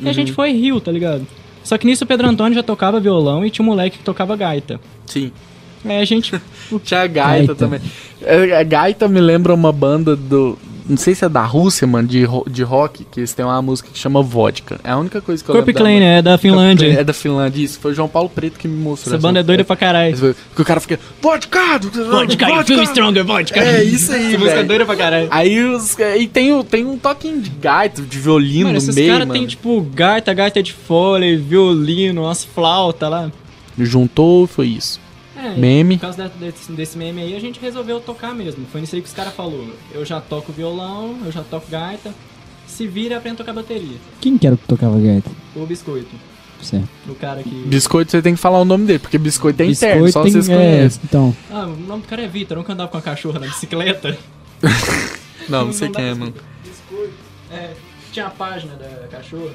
E a gente foi e riu, tá ligado? Só que nisso o Pedro Antônio já tocava violão e tinha um moleque que tocava gaita. Sim. Aí a gente Tinha a Gaita, Gaita. também. É, A Gaita me lembra uma banda do. Não sei se é da Rússia, mano, de, ro- de rock, que eles têm uma música que chama Vodka. É a única coisa que eu Corp lembro. da Klein, banda. é da Finlândia. É da Finlândia, isso. Foi o João Paulo Preto que me mostrou. Essa banda é doida pra caralho. música. Que o cara fica. Vodka! Vodka! stronger, vodka. É isso aí, Essa música é velho. doida pra caralho. Aí os, e tem, o- tem um toquinho de gaita, de violino Mano, no esses meio, caras mano. têm tipo gaita, gaita de fole, violino, umas flautas lá. Juntou, foi isso. É, Meme. Por causa da- desse, desse meme aí, a gente resolveu tocar mesmo. Foi nisso aí que os caras falaram: eu já toco violão, eu já toco gaita. Se vira, aprende a tocar bateria. Quem que era que tocava gaita? O biscoito. Certo. O cara que. Biscoito você tem que falar o nome dele, porque biscoito é interno, Biscoito só tem- vocês é, conhecem. Então, Ah, o nome do cara é Vitor, nunca andava com a cachorra na bicicleta. Não, não sei dá quem é, pra mano. Biscoito. É, tinha a página da cachorra.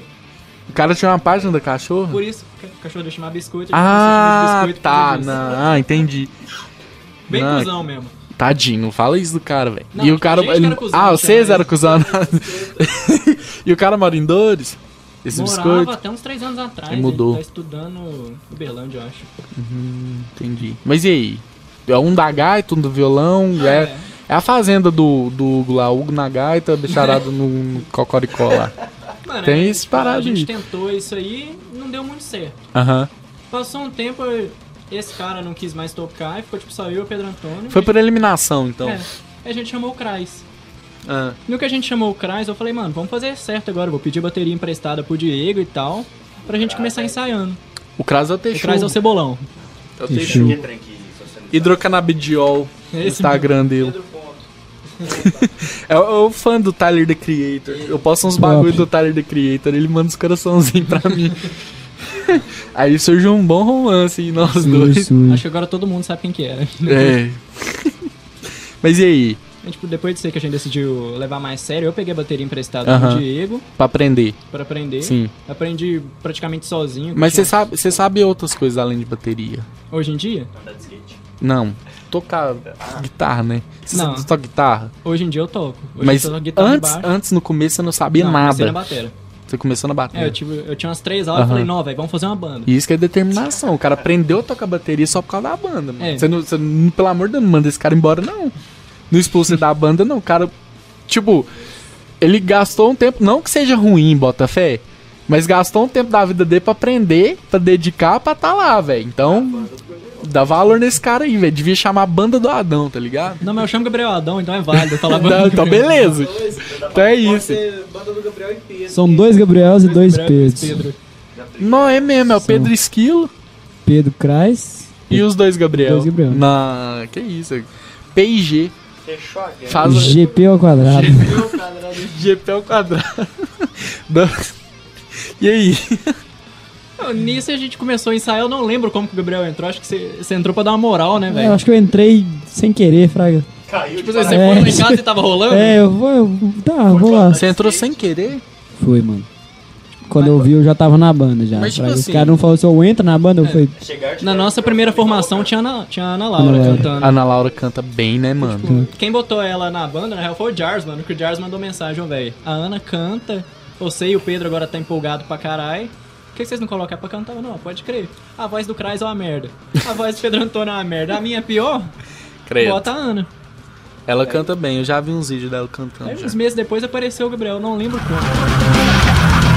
O cara tinha uma página da cachorra? Por isso que o cachorro deixa chamar biscoito. a gente começou a Ah, chamar de por tá. causa disso. Não, ah, entendi. Bem não. cuzão mesmo. Tadinho, fala isso do cara, velho. Não, E o cara. gente que ele- era cuzão, né? ah, vocês cara. eram cuzão. e o cara mora em Dores? Esse Morava biscoito? até uns três anos atrás. E mudou. Ele tá estudando Uberlândia, eu acho. Entendi. Mas e aí? É um da gaita, um do violão. é, é. é. a fazenda do, do Hugo lá. Hugo na gaita, bicharado no, no cocoricó lá. Mano, Tem aí, esse parado A gente aí. tentou isso aí, não deu muito certo. Aham. Passou um tempo, esse cara não quis mais tocar e ficou tipo só eu e o Pedro Antônio. Foi por eliminação, então. É. Aí a gente chamou o Krais. Ah, No que a gente chamou o Krais, eu falei, mano, vamos fazer certo agora. Eu vou pedir bateria emprestada pro Diego e tal, pra gente começar ensaiando. o Cras é o O Teixu. Krais é o Cebolão. Eu Que tenho show. que entrar aqui, se você não sabe. Hidrocanabidiol. no Esse Instagram dele. Pedro Ponto. É o é o fã do Tyler the Creator. Eu posto uns Top. bagulho do Tyler the Creator, ele manda os coraçãozinhos pra mim. Aí surge um bom romance em nós dois. isso, Acho que agora todo mundo sabe quem que era. É. Mas e aí? E, tipo, depois de ser que a gente decidiu levar mais sério, eu peguei a bateria emprestada Aham. do Diego Pra aprender, pra aprender. sim. Aprendi praticamente sozinho. que Mas tinha- você sabe, você sabe outras coisas além de bateria? Hoje em dia? Andar de skate. Não. Tocar guitarra, né? Você Ah. Não. toca guitarra? Hoje em dia eu toco. Hoje Mas eu toco guitarra e antes, baixo. antes, no começo, você não sabia Não, comecei nada. na batera. Você começou na É, eu, bateria. tive, eu tinha umas três aulas e Aham. falei, não, velho, vamos fazer uma banda. E isso que é determinação. O cara aprendeu a tocar bateria só por causa da banda, mano. É. Você, não, você não- pelo amor de Deus, não manda esse cara embora, não. Não expulsa ele da banda, não. O cara, tipo, ele gastou um tempo, não que seja ruim, Botafé, mas gastou um tempo da vida dele pra aprender, pra dedicar, pra tá lá, velho. Então, dá valor nesse cara aí, velho. Devia chamar a banda do Adão, tá ligado? Não, mas eu chamo Gabriel Adão, então é válido. Falar Então, então beleza. Dois, eu dava Então é pra isso. ser Banda do Gabriel e Pedro. São dois Gabriels e dois Pedros. Pedro, Pedro. Não é mesmo, é o Sim. Pedro Esquilo Krais. e os dois Gabriel. Dois Gabriel. Na, que isso? PG. Fechou a guerra. Faz GP ao quadrado. GP ao quadrado. Não. E aí? Não, Nisso a gente começou a ensaiar, eu não lembro como que o Gabriel entrou, acho que você você entrou pra dar uma moral, né, É, eu velho? acho que eu entrei sem querer, Fraga. Caiu Tipo, de você paraquedas. foi lá em casa e tava rolando? É, eu vou. Eu, tá, vou lá. Você entrou sem querer? Fui, mano. Quando eu vi, eu já tava na banda já. Mas, tipo Fraga. assim- É. Os caras não falaram assim, eu entro na banda, eu falei, Chegar de Na novo. nossa primeira formação tinha a Ana, tinha a Ana Laura Ana Laura. cantando. Ah, A Ana Laura canta bem, né, mano? Quem botou ela na banda, na real, foi o Jars, mano, que o Jars mandou mensagem, ó, velho. A Ana canta, você e o Pedro agora tá empolgado pra caralho. Por que que vocês não colocam ela pra cantar? Não, pode crer. A voz do Krais é uma merda. A voz do Pedro Antônio é uma merda. A minha é pior? Bota a Ana. Ela canta bem, eu já vi uns vídeos dela cantando. Aí já. uns meses depois apareceu o Gabriel, não lembro como.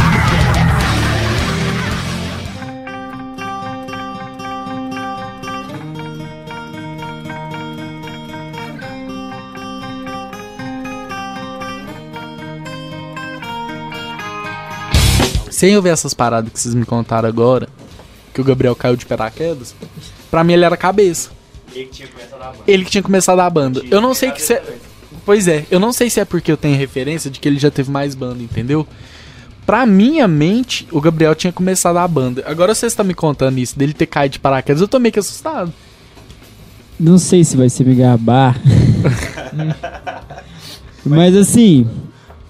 Sem eu ver essas paradas que vocês me contaram agora, que o Gabriel caiu de paraquedas, pra mim ele era cabeça. Ele que tinha começado a banda. Ele que tinha começado a banda. Eu não sei que se é... Pois é, eu não sei se é porque eu tenho referência de que ele já teve mais banda, entendeu? Pra minha mente, o Gabriel tinha começado a banda. Agora vocês estão me contando isso, dele ter caído de paraquedas, eu tô meio que assustado. não sei se vai se me gabar. Mas assim,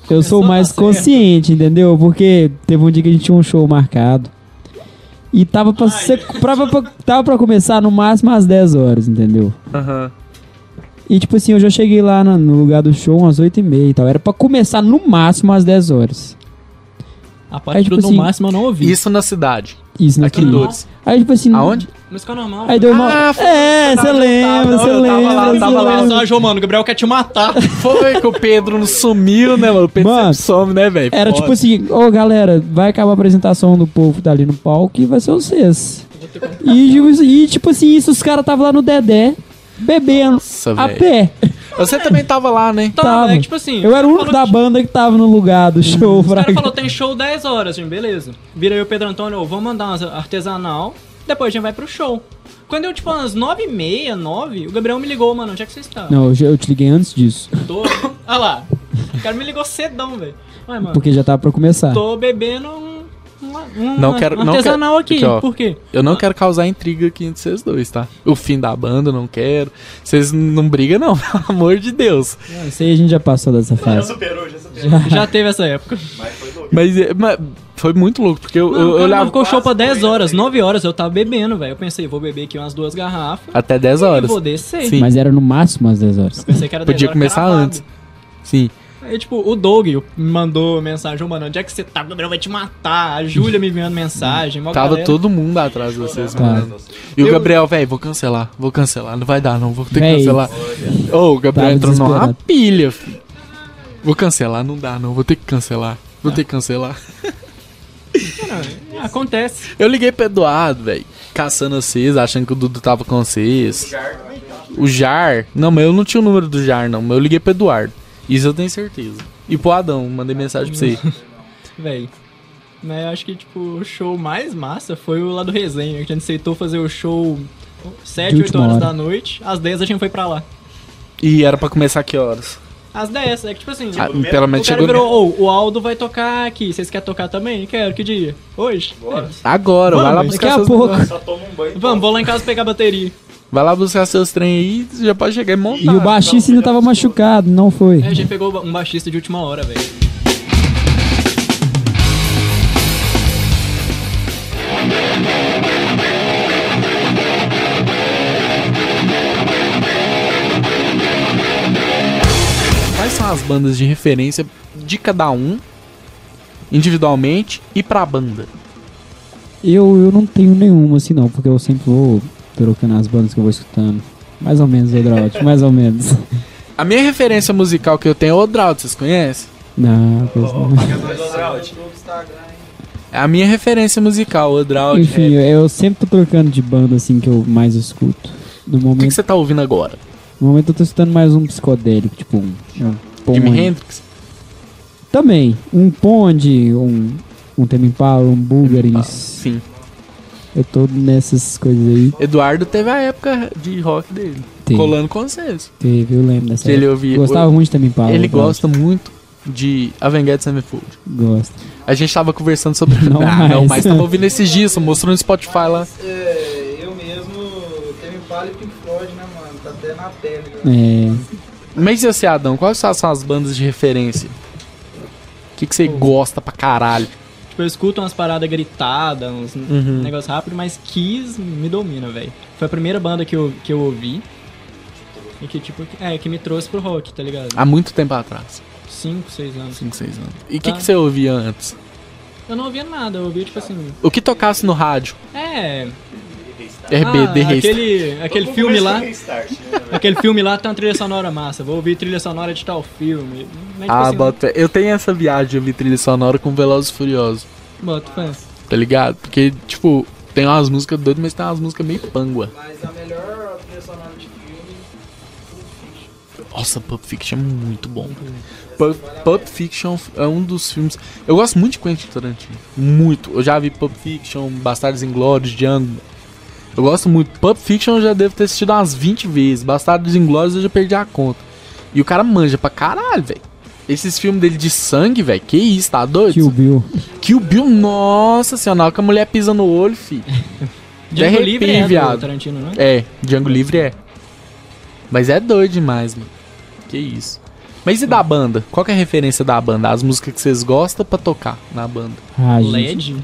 eu sou mais consciente, entendeu? Porque teve um dia que a gente tinha um show marcado. E tava pra, ser, tava pra, tava pra começar no máximo às 10 horas, entendeu? Aham. E tipo assim, eu já cheguei lá na- no lugar do show umas 8 e meia e tal. Era pra começar no máximo às 10 horas. A parte Aí, tipo do no assim, máximo eu não ouvi. Isso na cidade. Isso Aqui em naquilo. Lourdes. Aí tipo assim... Aonde? Música normal. Aí deu uma... Ah, foi- é, você lembra, não, eu você tava lembra. lá, eu cê tava lá. lembra. mensagem, ô, mano, o Gabriel quer te matar. Foi que o Pedro não sumiu, né, mano? O Pedro Mano, sempre some, né, velho? Era tipo assim, ô galera, vai acabar a apresentação do povo que tá ali no palco e vai ser vocês. E, tipo assim- e, tipo assim, isso os caras estavam lá no Dedé, bebendo, Nossa, assim, a velho. pé. Você também tava lá, né? Tá, Tava. é que, tipo assim. Eu era o único falou da que- banda que tava no lugar do show, O cara fraga. falou, tem show 10 horas, gente, beleza. Vira aí o Pedro Antônio, ô, vamos mandar umas artesanal, depois a gente vai pro show. Quando eu, tipo, umas 9 e meia, 9, o Gabriel me ligou, mano, onde é que você está? Não, eu, já- eu te liguei antes disso, Tô... Ah lá, o cara me ligou cedão, velho. Ué, mano, porque já tava pra começar. tô bebendo um, um, um Não quero- não artesanal quero- aqui, aqui, ó. por quê? Eu não quero causar intriga aqui entre vocês dois, tá? O fim da banda, eu não quero. Vocês não brigam, não, pelo amor de Deus. Não, Isso aí a gente já passou dessa Já fase. superou, já superou. Já teve essa época. Mas foi louco. Mas, é, mas foi muito louco, porque eu, Mano, eu, o eu cara olhava marcou show pra quase 10 40 horas, aí. 9 horas eu tava bebendo, velho. Eu pensei, vou beber aqui umas duas garrafas até 10 e horas. vou descer. Sim. Mas era no máximo às 10 horas. Pensei que era 10 Podia horas, começar cravado. antes. Sim. Aí, tipo, o Doug me mandou mensagem, ô, mano, onde é que você tá? O Gabriel vai te matar. A Júlia me enviando mensagem. mó Tava galera. todo mundo atrás de vocês, Tá. mano. E o Gabriel, velho, vou cancelar, vou cancelar, não vai dar não, vou ter que Véi. cancelar. Ô, o Gabriel Tava entrou numa desesperado. pilha, filho. Vou cancelar, não dá não, vou ter que cancelar, vou ter que cancelar. Cara, Ah, Acontece. Eu liguei pro Eduardo, velho, caçando vocês, achando que o Dudu tava com vocês. O Jar, não, mas eu não tinha o número do Jar não, mas eu liguei pro Eduardo, isso eu tenho certeza. E pro Adão, mandei mensagem pra você. Véi. Mas eu acho que, tipo, o show mais massa foi o lá do resenha. que A gente aceitou fazer o show 7, De 8 última horas hora. da noite. Às 10 a gente foi pra lá. E era pra começar que horas? Às 10, é que, tipo assim, Ah, o pelo menos cara chegou... virou, ô, o Aldo vai tocar aqui. Vocês querem tocar também? Quero, que dia? Hoje? Bora. É. Agora, vai lá Vamos, buscar Daqui a seus... pouco. Só toma um banho. Vamos, vou lá em casa pegar a bateria. Vai lá buscar seus trem aí, você já pode chegar e montar. E o baixista ainda tava machucado, não foi. Ah, É, a gente pegou um baixista de última hora, velho. Quais são as bandas de referência de cada um, individualmente e pra banda? Eu, eu não tenho nenhuma assim não, porque eu sempre vou trocando as bandas que eu vou escutando. Mais ou menos, Odraut, mais ou menos. A minha referência musical que eu tenho é Odraud, vocês conhecem? Não, pois não. É a minha referência musical, Odraud. Enfim, É... eu, eu sempre tô trocando de banda assim que eu mais escuto. O que, No que momento, você tá ouvindo agora? no momento eu tô escutando mais um psicodélico, tipo um, um Jimi Pond. Hendrix? Também, um Pond, um um Tame Impala, um Bulgaris. Sim. Eu tô nessas coisas aí. Eduardo teve a época de rock dele, Teve, colando com vocês. teve, eu lembro dessa. Que ele época. ouvia. Gostava muito de Tame Impala. ele Odraut. gosta É. muito de Avenged Sevenfold. Gosta. A gente tava conversando sobre. Não ah, não, mas mais. tava ouvindo esses dias, mostrou no Spotify lá. É, eu mesmo tenho Impala e Pink Floyd, né, mano? Tá até na pele, né? É, Mas e você, Adão, quais são as suas bandas de referência? O que, que você gosta pra caralho? Tipo, eu escuto umas paradas gritadas, uns Uhum. negócio rápido, mas Kiss me domina, velho. Foi a primeira banda que eu, que eu ouvi. E que, tipo, é, que me trouxe pro rock, tá ligado? Ah. Há muito tempo atrás. 5, 6 anos. 5, 6 anos. E o que, Tá. que você ouvia antes? Eu não ouvia nada, eu ouvia, tipo assim. O que tocasse no rádio? É. É RBD ah, Race. aquele, aquele filme lá. Restart, né, velho? Aquele filme lá tem uma trilha sonora massa. Vou ouvir trilha sonora de tal filme. Mas, tipo Ah, assim, bota. Eu tenho essa viagem de ouvir trilha sonora com Velozes e Furiosos, Bota, fã. tá ligado? Porque, tipo, tem umas músicas doidas, mas tem umas músicas meio pangua. Mas a melhor trilha sonora de filme. Nossa, Pulp Fiction é muito bom. Pulp, Pulp Fiction é um dos filmes. Eu gosto muito de Quentin Tarantino. Muito. Eu já vi Pulp Fiction, Bastardos Inglórios, Django. Eu gosto muito. Pulp Fiction eu já devo ter assistido umas 20 vezes. Bastardos Inglórios eu já perdi a conta. E o cara manja pra caralho, velho. Esses filmes dele de sangue, velho. Que isso, tá doido? Kill Bill. Kill Bill, nossa senhora. na hora que a mulher pisa no olho, fi. Django arrepio, Livre é do viado. Tarantino, né? É, Django Livre é. Mas é doido demais, mano. Que Que isso. Mas e da banda? Qual que é a referência da banda? As músicas que vocês gostam pra tocar na banda. Ah, gente. LED? tipo assim,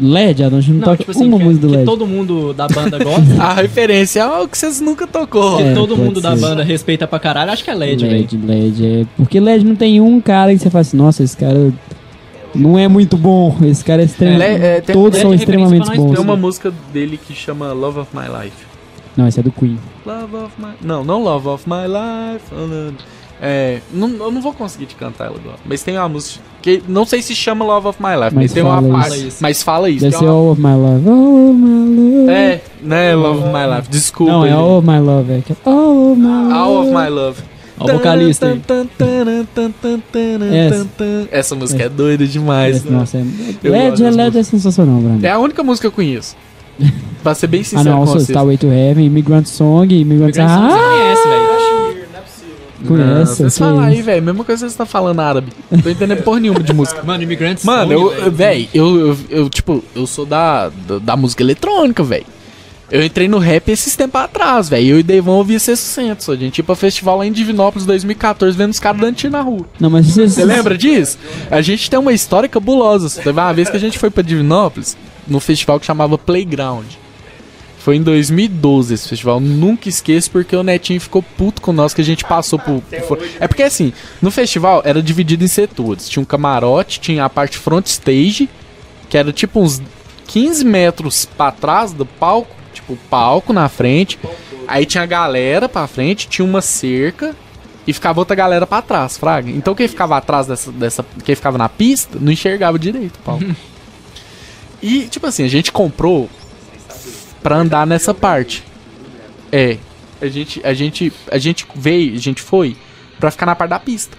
LED, Adam, a gente não, toca uma que, é música do que LED. todo mundo da banda gosta. A referência é o que vocês nunca tocou. que É, todo pode mundo da ser. banda respeita pra caralho, acho que é LED, velho. LED, LED, é. Porque LED não tem um cara que você fala assim, nossa, esse cara não é muito bom. Esse cara é extremamente. Le- é, tem, Todos LED são é referência extremamente pra nós, bons. tem uma música dele que chama Love of My Life. Não, esse é do Queen. Love of my... Não, não Love of My Life. oh, no. É, não, eu não vou conseguir te cantar ela agora. Mas tem uma música que não sei se chama Love of My Life, mas, Mas tem uma fala parte. isso. Mas fala isso. Deve Tem ser uma... All of My Love. All of My Love. É, né? Love of My Life. Desculpa. não, é gente. All of My Love, é. que é All of My Love. All of My Love. Ó, o vocalista aí. Essa. Essa música é doida demais. Esse, né? Nossa, é... Eu LED, gosto é das LED é sensacional, Bruno. É a única música que eu conheço. Pra ser bem Ah, sincero não, com also vocês. Starway to Heaven, Immigrant Song, Immigrant Migração Song. você Ah, conhece, é velho. Não, conhece, assim. vocês que falam aí, isso. velho. Mesma coisa que vocês estão falando árabe. Não tô entendendo porra nenhuma de música. Mano, imigrantes. Mano, Song, eu, eu- véi, eu, eu, eu, tipo, eu sou da, da, da música eletrônica, véi. Eu entrei no rap esses tempos atrás, véi. Eu e Devon ouvia 600, a gente ia pra festival lá em Divinópolis 2014, vendo os caras dando tiro na rua. Não, mas você, Você lembra disso? A gente tem uma história cabulosa. Teve uma vez que a gente foi pra Divinópolis, num festival que chamava Playground. Foi em 2012 esse festival. Nunca esqueço porque o Netinho ficou puto com nós que a gente passou por. por- É porque assim, no festival era dividido em setores. Tinha um camarote, tinha a parte front stage, que era tipo uns 15 metros pra trás do palco. Tipo, palco na frente. Aí tinha a galera pra frente, tinha uma cerca e ficava outra galera pra trás, Fraga. Então quem ficava atrás dessa. dessa quem ficava na pista não enxergava direito o palco. e, tipo assim, a gente comprou pra andar nessa parte. É. A gente, a gente, a gente veio, a gente foi pra ficar na parte da pista.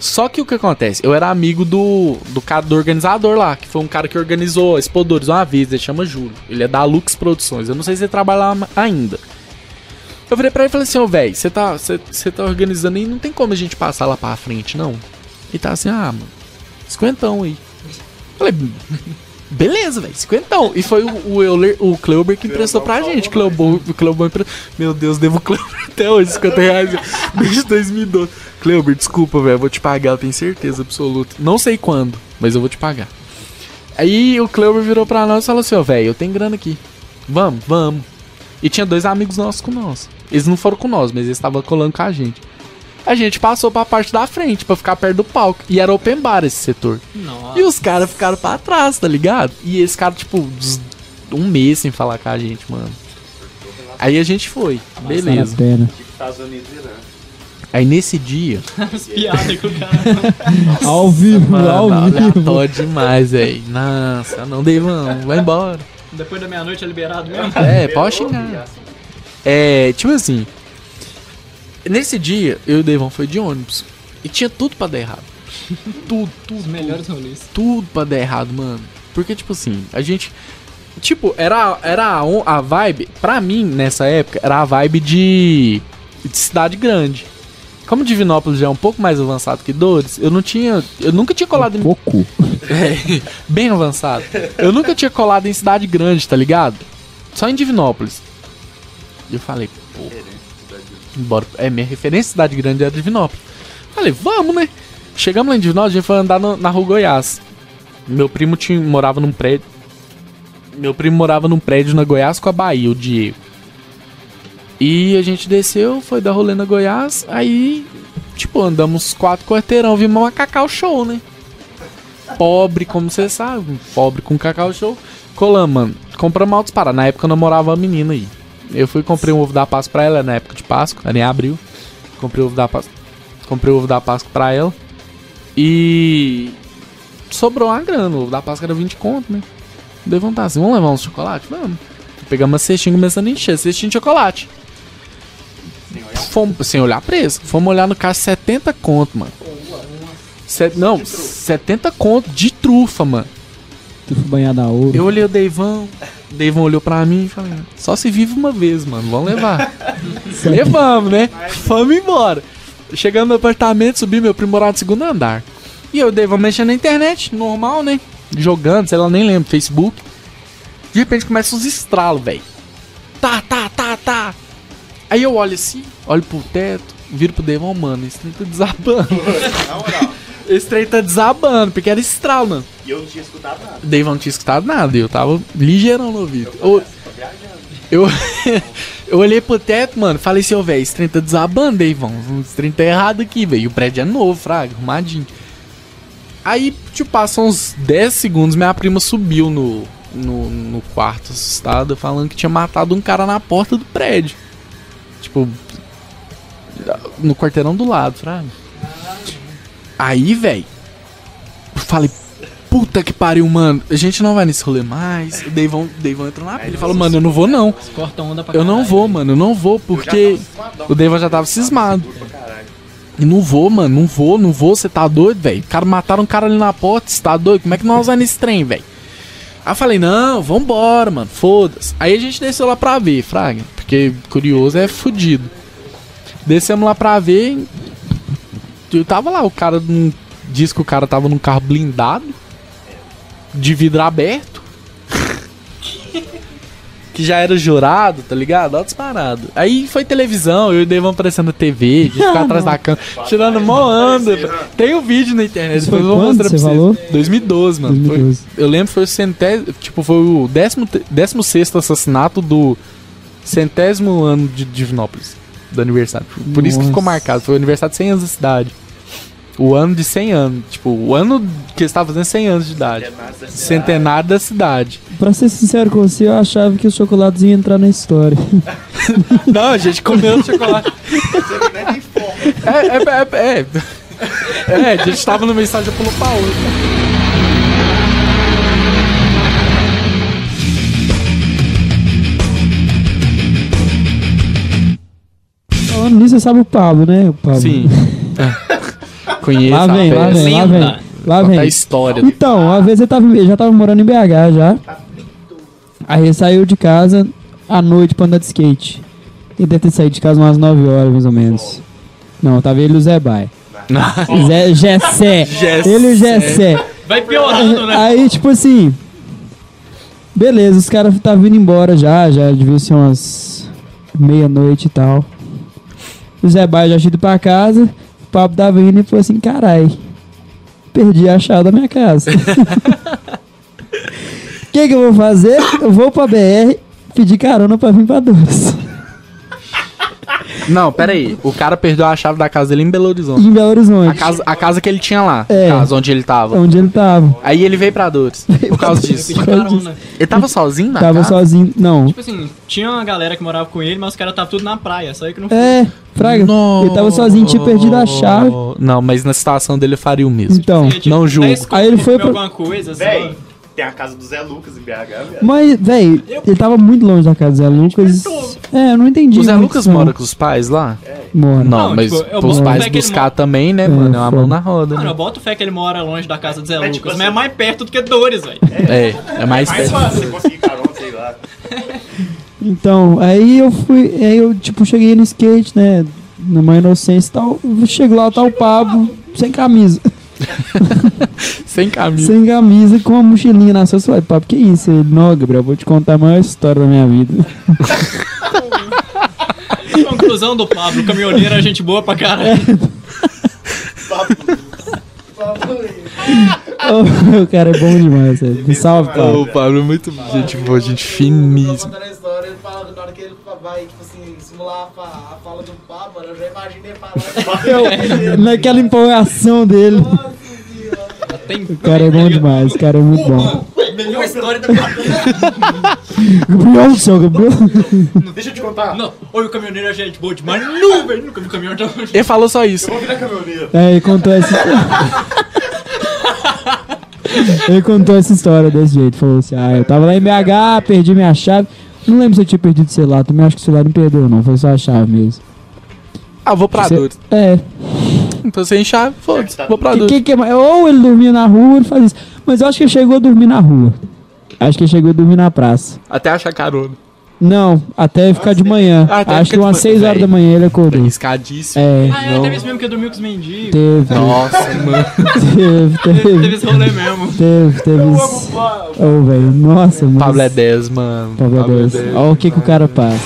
Só que o que acontece? Eu era amigo do, do cara do organizador lá, que foi um cara que organizou a Expodores uma vez, ele chama Júlio. Ele é da Lux Produções. Eu não sei se ele trabalha lá ma- ainda. Eu virei pra ele e falei assim, ô velho, você tá, você- você tá organizando e não tem como a gente passar lá pra frente, não. E tá assim, ah, mano, cinquentão aí. Falei, beleza, velho, cinquentão. E foi o, o Euler, o Cleuber que emprestou pra gente. Cleubon, Cleubon emprestou. Meu Deus, devo o Cleuber até hoje, 50 reais desde 2012. Cleuber, desculpa, velho, eu vou te pagar, eu tenho certeza absoluta. Não sei quando, mas eu vou te pagar. Aí o Cleuber virou pra nós e falou assim, ó, velho, eu tenho grana aqui. Vamos, vamos. E tinha dois amigos nossos com nós. Eles não foram com nós, mas eles estavam colando com a gente. A gente passou pra parte da frente, pra ficar perto do palco. E era open bar esse setor. Nossa. E os caras ficaram pra trás, tá ligado? E esse cara, tipo, uns- um mês sem falar com a gente, mano. Aí a gente foi. Beleza. Beleza. Pena. Estados Unidos e Irã. Aí nesse dia. As piadas que o cara. Ao vivo, Mano, ao vivo. aleatório demais, velho. Nossa, não dei, mano. Vai embora. Depois da meia-noite é liberado mesmo. É, pode xingar. É, tipo assim. Nesse dia, eu e o Devon foi de ônibus. E tinha tudo pra dar errado. tudo, tudo. Os melhores rolês. Tudo pra dar errado, mano. Porque, tipo assim, a gente. Tipo, era, era a, on- a vibe. Pra mim, nessa época, era a vibe de. de cidade grande. Como Divinópolis já é um pouco mais avançado que Dores, eu não tinha. Eu nunca tinha colado em Pouco. é, bem avançado. Eu nunca tinha colado em cidade grande, tá ligado? Só em Divinópolis. E eu falei, pô. Embora, é, minha referência à cidade grande era Divinópolis. Falei, vamos, né? Chegamos lá em Divinópolis, a gente foi andar no- na rua Goiás. Meu primo tinha, morava num prédio. Meu primo morava num prédio na Goiás com a Bahia, o Diego. E a gente desceu, foi dar rolê na Goiás, aí, tipo, andamos quatro quarteirão, vimos uma Cacau Show, né? pobre, como você sabe, um pobre com cacau show. Colamos, mano, compramos altos para. Na época eu namorava uma menina aí. Eu fui e comprei um ovo da Páscoa pra ela, na época de Páscoa, ela nem abriu. Comprei o ovo da Páscoa. Comprei o ovo da Páscoa pra ela. E. Sobrou uma grana, o ovo da Páscoa era 20 conto, né? Dei vontade assim, vamos levar uns chocolate? Vamos. Pegamos uma cestinha começando a encher, cestinha de chocolate. Fomos, sem olhar preço. Fomos olhar no caixa 70 conto, mano. Se- não, 70 conto de trufa, mano. Tudo banhado a ouro. Eu olhei o Deivão, o Deivão olhou pra mim e falei, só se vive uma vez, mano, vamos levar. Levamos, né? Fomos embora. Chegamos no apartamento, subi meu primo morava no segundo andar. E eu e o Deivão mexendo na internet, normal, né? Jogando, sei lá, nem lembro, Facebook. De repente começa uns estralos, velho. Tá, tá, tá, tá. Aí eu olho assim, olho pro teto, viro pro Devon, mano, esse trem tá desabando. Na moral. Esse trem tá desabando, porque era estralo, mano. E eu não tinha escutado nada. Devon não tinha escutado nada, eu tava ligeirão no ouvido. Eu, Tô viajando. eu, eu olhei pro teto, mano, falei assim, ô, velho, esse trem tá desabando, Devon. Esse trem tá errado aqui, velho. E O prédio é novo, fraga, arrumadinho. Aí, tipo, passam uns 10 segundos, minha prima subiu no, no, no quarto, assustada, falando que tinha matado um cara na porta do prédio. Tipo, no quarteirão do lado, fraga. Aí, velho, eu falei, puta que pariu, mano, a gente não vai nesse rolê mais. O Deivão, Deivão entrou na pilha, ele falou, mano, eu não vou não. Corta onda pra Eu não caralho. vou, mano, eu não vou, tá um porque o Devon já tava cismado. E não vou, mano, não vou, não vou, você tá doido, velho. O cara mataram um cara ali na porta, você tá doido? Como é que nós vamos nesse trem, velho? Aí eu falei, não, vambora, mano, foda-se. Aí a gente desceu lá pra ver, Fraga, porque curioso é fudido. Descemos lá pra ver. Eu tava lá, o cara num- disse que o cara tava num carro blindado, de vidro aberto. que já era jurado, tá ligado? Ó disparado. Aí foi televisão, eu e o Devon aparecendo na TV, de ficar atrás da câmera, tirando mó onda. Tem um vídeo na internet, Isso depois eu foi vou quando mostrar pra você vocês. falou? 2012, mano. Foi- 2012. eu lembro que foi o centésimo. Tipo, foi o 16 assassinato do centésimo ano de Divinópolis. Do aniversário. Por isso que ficou Nossa. marcado. Foi o aniversário de 100 anos da cidade. O ano de 100 anos. Tipo, o ano que eles estavam fazendo 100 anos de idade. Centenário da cidade. Pra ser sincero com você, eu achava que os chocolates iam entrar na história. Não, a gente comeu chocolate. é, é, é, é. É, a gente tava numa estágio pelo Paulo. Falando nisso, você sabe o Pablo, né? O Pablo. Sim. Conheço Lá vem, a lá festa. tá vem, lá Linda. vem. Lá Conta a vem. história. Então, uma vez ele tava, ele já tava morando em BH já. Aí ele saiu de casa à noite pra andar de skate. Ele deve ter saído de casa umas 9 horas, mais ou menos. Não, tava ele e o Zé Bai. Zé Gessé. Ele e o Gessé. Vai piorando, né? Aí, tipo assim. Beleza, os caras estavam vindo embora já, já devia ser umas meia-noite e tal. O Zé Baio já tinha ido pra casa, o papo tava indo e falou assim, carai, perdi a chave da minha casa. O que que eu vou fazer? Eu vou pra BR pedir carona pra vir pra Dores. Não, pera aí. O cara perdeu a chave da casa dele em Belo Horizonte. Em Belo Horizonte. A casa, a casa que ele tinha lá, É. a casa onde ele tava. Onde ele tava. Aí ele veio pra Dores, por causa disso. Pedi carona. Ele tava sozinho na tava casa? sozinho. Não. né? Tipo assim, tinha uma galera que morava com ele, mas os caras estavam tudo na praia, só aí que não foi. É, Fraga. Não. Ele tava sozinho, tinha perdido a chave. Não, mas na situação dele eu faria o mesmo. Então. Tinha, tipo, não julgo. 10 Aí ele conto, foi comeu pra- alguma coisa, assim, só. Véi, tem a casa do Zé Lucas em BH, velho. Mas, velho, ele tava muito longe da casa do Zé Lucas. É, eu não entendi. O Zé muito Lucas isso, não. mora com os pais lá? Mora. Não, Não, mas tipo, eu os boto pais fé que ele buscar mora- também, né, mano? É uma foda. mão na roda. Mano, né? eu boto fé que ele mora longe da casa do Zé Mas, Lucas, tipo mas assim- é mais perto do que Dores, velho. É, é mais Mais perto. fácil você conseguir carona, sei lá. Então, aí eu fui. Aí eu, tipo, cheguei no skate, né? Numa inocência e tal. Chego lá, tá o Pablo, sem camisa. Sem caminho. Sem camisa, com uma mochilinha na sua falei, Pablo, que isso? Ele, não, Gabriel, vou te contar a maior história da minha vida. Conclusão do Pablo, caminhoneiro é gente boa pra caralho. Ô, o cara é bom demais, velho. Me salve, Pablo. Pablo, muito gente boa, gente finíssima. contando a história, ele fala, na hora que ele vai, tipo assim, simular a, fa- a fala do Pablo, mano, eu já imaginei falar. Eu- naquela empolgação dele. Tem O cara é bom demais, o cara é muito bom. melhor história da minha vida. Gabriel, seu Gabriel. Deixa eu te contar. Não, oi, o caminhoneiro é gente boa demais. Não, velho, nunca vi um caminhão tão longe. Ele falou só isso. Vou virar caminhoneiro. É, ele contou essa Ele contou essa história desse jeito. Falou assim: Ah, eu tava lá em BH, perdi minha chave. Não lembro se eu tinha perdido o celular, também acho que o celular não perdeu, não. Foi só a chave mesmo. Ah, vou pra Você- Dores. É. Então sem chave, foda-se. Vou pra Que, Dores. que, que é mais? Ou ele dormia na rua, ele fazia isso. Mas eu acho que ele chegou a dormir na rua. Acho que ele chegou a dormir na praça. Até achar carona. Não, até ficar de manhã. Ah, até acho ficar que de umas manhã. 6 horas da manhã ele acordou. Riscadíssimo. É, Ah, é, teve esse mesmo que dormiu com os mendigos. teve, É. Nossa, mano. teve, Teve teve, esse rolê mesmo. teve, teve. isso. Ô, velho, nossa, mano. Pablo é 10, mano. Pablo é 10. Olha o que, que o cara passa.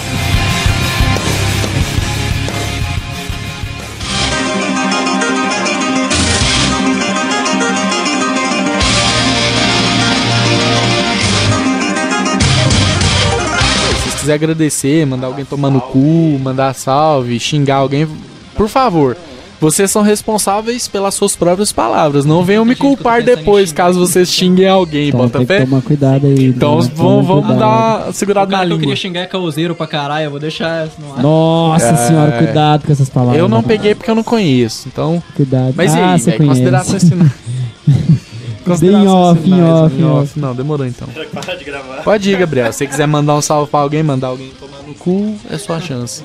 quiser agradecer, mandar alguém tomar no cu, mandar salve, xingar alguém, por favor. Vocês são responsáveis pelas suas próprias palavras. Não venham me Tem gente que eu tô culpar pensando em depois, xingar. caso vocês xinguem alguém, Então bota tem que fé. tomar cuidado aí. Então né? Toma vamos, vamos cuidado. dar uma O segurada na cara que eu língua. queria xingar é causeiro pra caralho, eu vou deixar isso no ar. Nossa senhora, cuidado com essas palavras. Eu não mano. peguei porque eu não conheço, então. Cuidado. Mas ah, e aí, você velho? conhece. Considerações finais. off, em finais, off, em off. Não, demorou então. Para de gravar. Pode ir, Gabriel. Se você quiser mandar um salve pra alguém, mandar alguém tomar no cu, é sua chance.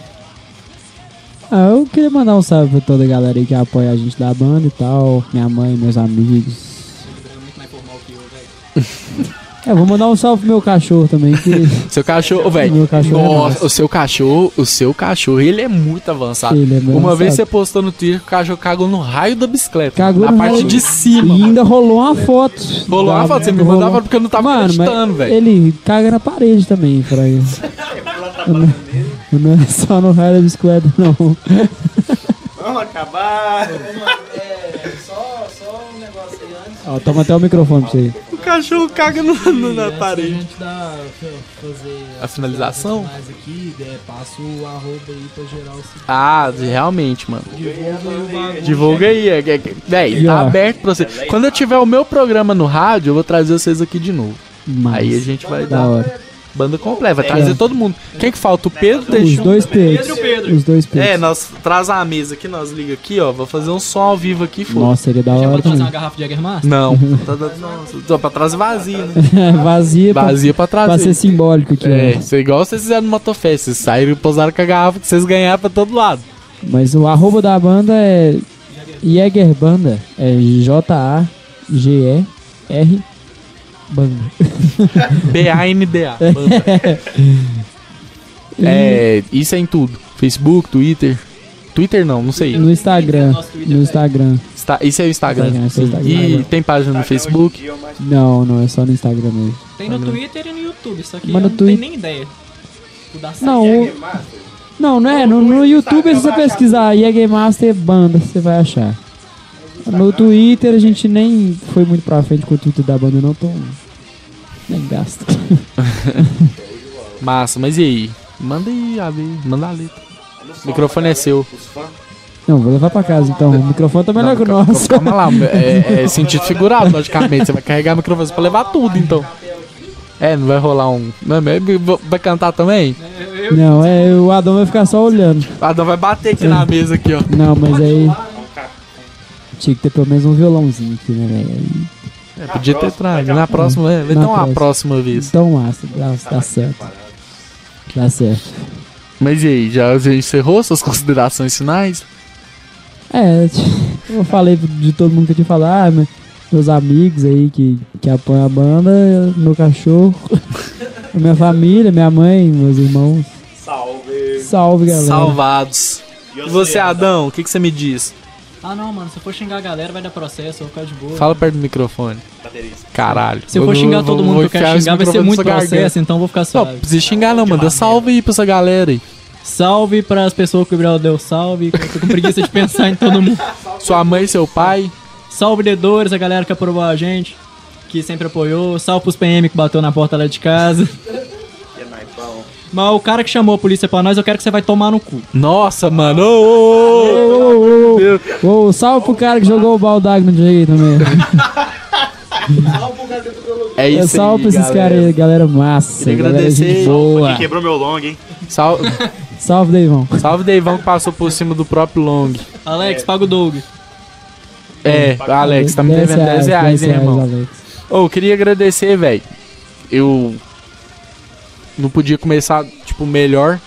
Ah, eu queria mandar um salve pra toda a galera aí que apoia a gente da banda e tal. Minha mãe, meus amigos. É, vou mandar um salve pro meu cachorro também, que Seu cachorro, velho. Meu cachorro é Nossa, massa. o seu cachorro, o seu cachorro, ele é muito avançado. Ele é bem Uma vez você avançado. postou no Twitter que o cachorro cagou no raio da bicicleta. Cagou na no parte raio. de cima. e ainda rolou uma foto. Rolou uma Tá, foto, você me rolou- mandava porque eu não tava Mano, acreditando, mas velho. ele caga na parede também, Fraga. não é só no raio da bicicleta, não. Vamos acabar. É, só, só um negócio aí antes. Ó, toma até o microfone pra você. O cachorro caga no, no- na A parede. gente dá fa- fazer A finalização? Mais aqui, né, passa o arroba aí pra geral se Ah, realmente, mano. divulga aí o bagulho. Divulga aí, é, é, é, véi, tá ó. aberto pra você. Quando eu tiver o meu programa no rádio, eu vou trazer vocês aqui de novo. Mas, Aí a gente vai da dar hora. É. banda completa, vai trazer todo mundo. Quem que falta? O Pedro Os Teixeira? dois peitos. Pedro, Pedro. Os dois peitos. um É, nós traz a mesa aqui, nós liga aqui, ó. Vou fazer um som ao vivo aqui, foda. Nossa, seria da Já hora pode fazer uma também. garrafa de Jägermaster? Não, tá dando- nossa, só pra trás vazia, né? Vazia pra, Vazia pra pra trás. ser simbólico aqui, É, né? ó. isso é igual vocês fizeram no Motofest. Vocês saíram e pousaram com a garrafa que vocês ganharam pra todo lado. Mas o arroba da banda é Jägerbanda. É J-A-G-E-R Banda. B-A-N-D-A. banda. É, isso é em tudo. Facebook, Twitter. Twitter não, não sei. No Instagram. Nosso Twitter, No velho. Instagram. Insta- Isso é o Instagram. Instagram, isso é o sim. Instagram. E tem página no Facebook. Não, não, é só no Instagram mesmo. Tem no Twitter e no YouTube, só que Mas no eu não tenho Twi- nem ideia. O da Não, o- não, é não é. No, no YouTube, se você pesquisar Jäger Master Banda, você vai achar. No Twitter, a gente nem foi muito pra frente com o Twitter da banda, não tô. Nem gasto. Massa, mas e aí? Manda aí, Abi. Manda a letra. O microfone é seu. Não, vou levar pra casa então. O microfone tá melhor que o Não, calma- nosso. Calma lá, é, é sentido figurado, logicamente. Você vai carregar o microfone pra levar tudo, então. É, não vai rolar um. Não, mas vai cantar também? Não, é. O Adão vai ficar só olhando. Ah, não, vai bater aqui na mesa aqui, ó. Não, mas aí. né? Tinha que ter pelo menos um violãozinho aqui, né, velho? É, podia ter trago. Na próxima, é, vai Na ter uma próxima. próxima vez. Então, massa, dá, dá certo. Dá certo. Mas e aí, já já encerrou suas considerações finais? É, eu falei de todo mundo que eu tinha falado, ah, mas meus amigos aí que, que apoiam a banda, meu cachorro, a minha família, minha mãe, meus irmãos. Salve. Salve, galera. Salvados. E você, Adão, o que, que você me diz? Ah não, mano, se eu for xingar a galera vai dar processo, eu vou ficar de boa. Fala perto do microfone. Baterista. Caralho. Se eu for xingar todo mundo que eu enfiar quero esse xingar, vai ser microfone muito na sua garganta. processo, então eu vou ficar Não, suave. não precisa xingar não, manda salve aí pra essa galera aí. Salve pras pessoas que o Gabriel deu salve, que eu tô com preguiça de pensar em todo mundo. Sua mãe, seu pai. Salve Dedores, a galera que aprovou a gente, que sempre apoiou. Salve pros PM que bateu na porta lá de casa. Que é naipão. Mas o cara que chamou a polícia pra nós, eu quero que você vai tomar no cu. Nossa, mano. ô, ô, ô. Ô, ô, ô, ô, salve pro cara que jogou o baldag no dia aí também. É isso salve pra aí, esses galera. caras aí, galera massa. Queria galera, agradecer. gente Pra boa. quem quebrou meu long, hein? Sal- Salve, Deivão. Salve Deivão que passou por cima do próprio Long. Alex, paga o Doug. É, Alex, tá me devendo 10 reais, hein, irmão? Alex. Ô, eu queria agradecer, velho. Eu não podia começar, tipo, melhor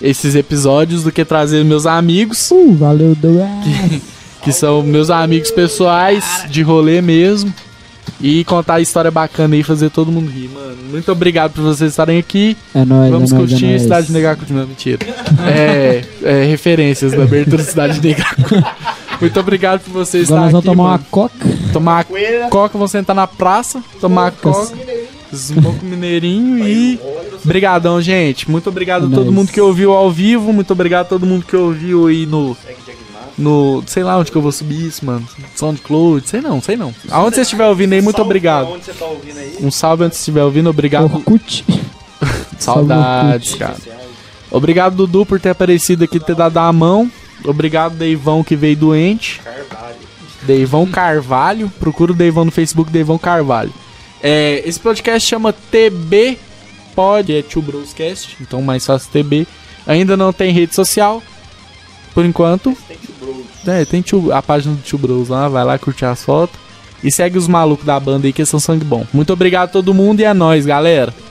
esses episódios do que trazer meus amigos, Uh, valeu, É, Douglas. que são meus amigos pessoais, de rolê mesmo. E contar a história bacana e fazer todo mundo rir, mano. Muito obrigado por vocês estarem aqui. É nóis, Vamos é nóis, curtir é nóis. Cidade Negraco. Não, mentira. É, é, referências da abertura de Cidade Negraco. Muito obrigado por vocês Agora estarem nós aqui. vamos tomar mano. uma coca. Tomar Coelha. coca, vão sentar na praça, tomar Cocas. coca, smoke mineirinho e... Obrigadão, gente. Muito obrigado a todo Nice. mundo que ouviu ao vivo. Muito obrigado a todo mundo que ouviu aí no... No... Sei lá onde que eu vou subir isso, mano. SoundCloud, sei não, sei não. Aonde você estiver ouvindo aí, muito Salve pra obrigado. Onde você tá ouvindo aí? Uhum. Um salve antes você estiver ouvindo, obrigado. Orkut. Saudades, cara. Obrigado, Dudu, por ter aparecido aqui, ter dado a mão. Obrigado, Deivão, que veio doente. Carvalho. Deivão Carvalho. Procura o Deivão no Facebook, Deivão Carvalho. É, esse podcast chama TB Pod, é Two Broscast, então mais fácil TB. Ainda não tem rede social, por enquanto. Tem que bro. É, tem tio- a página do Tio Bros lá, vai lá curtir as fotos. E segue os malucos da banda aí que são sangue bom. Muito obrigado a todo mundo e é nóis, galera.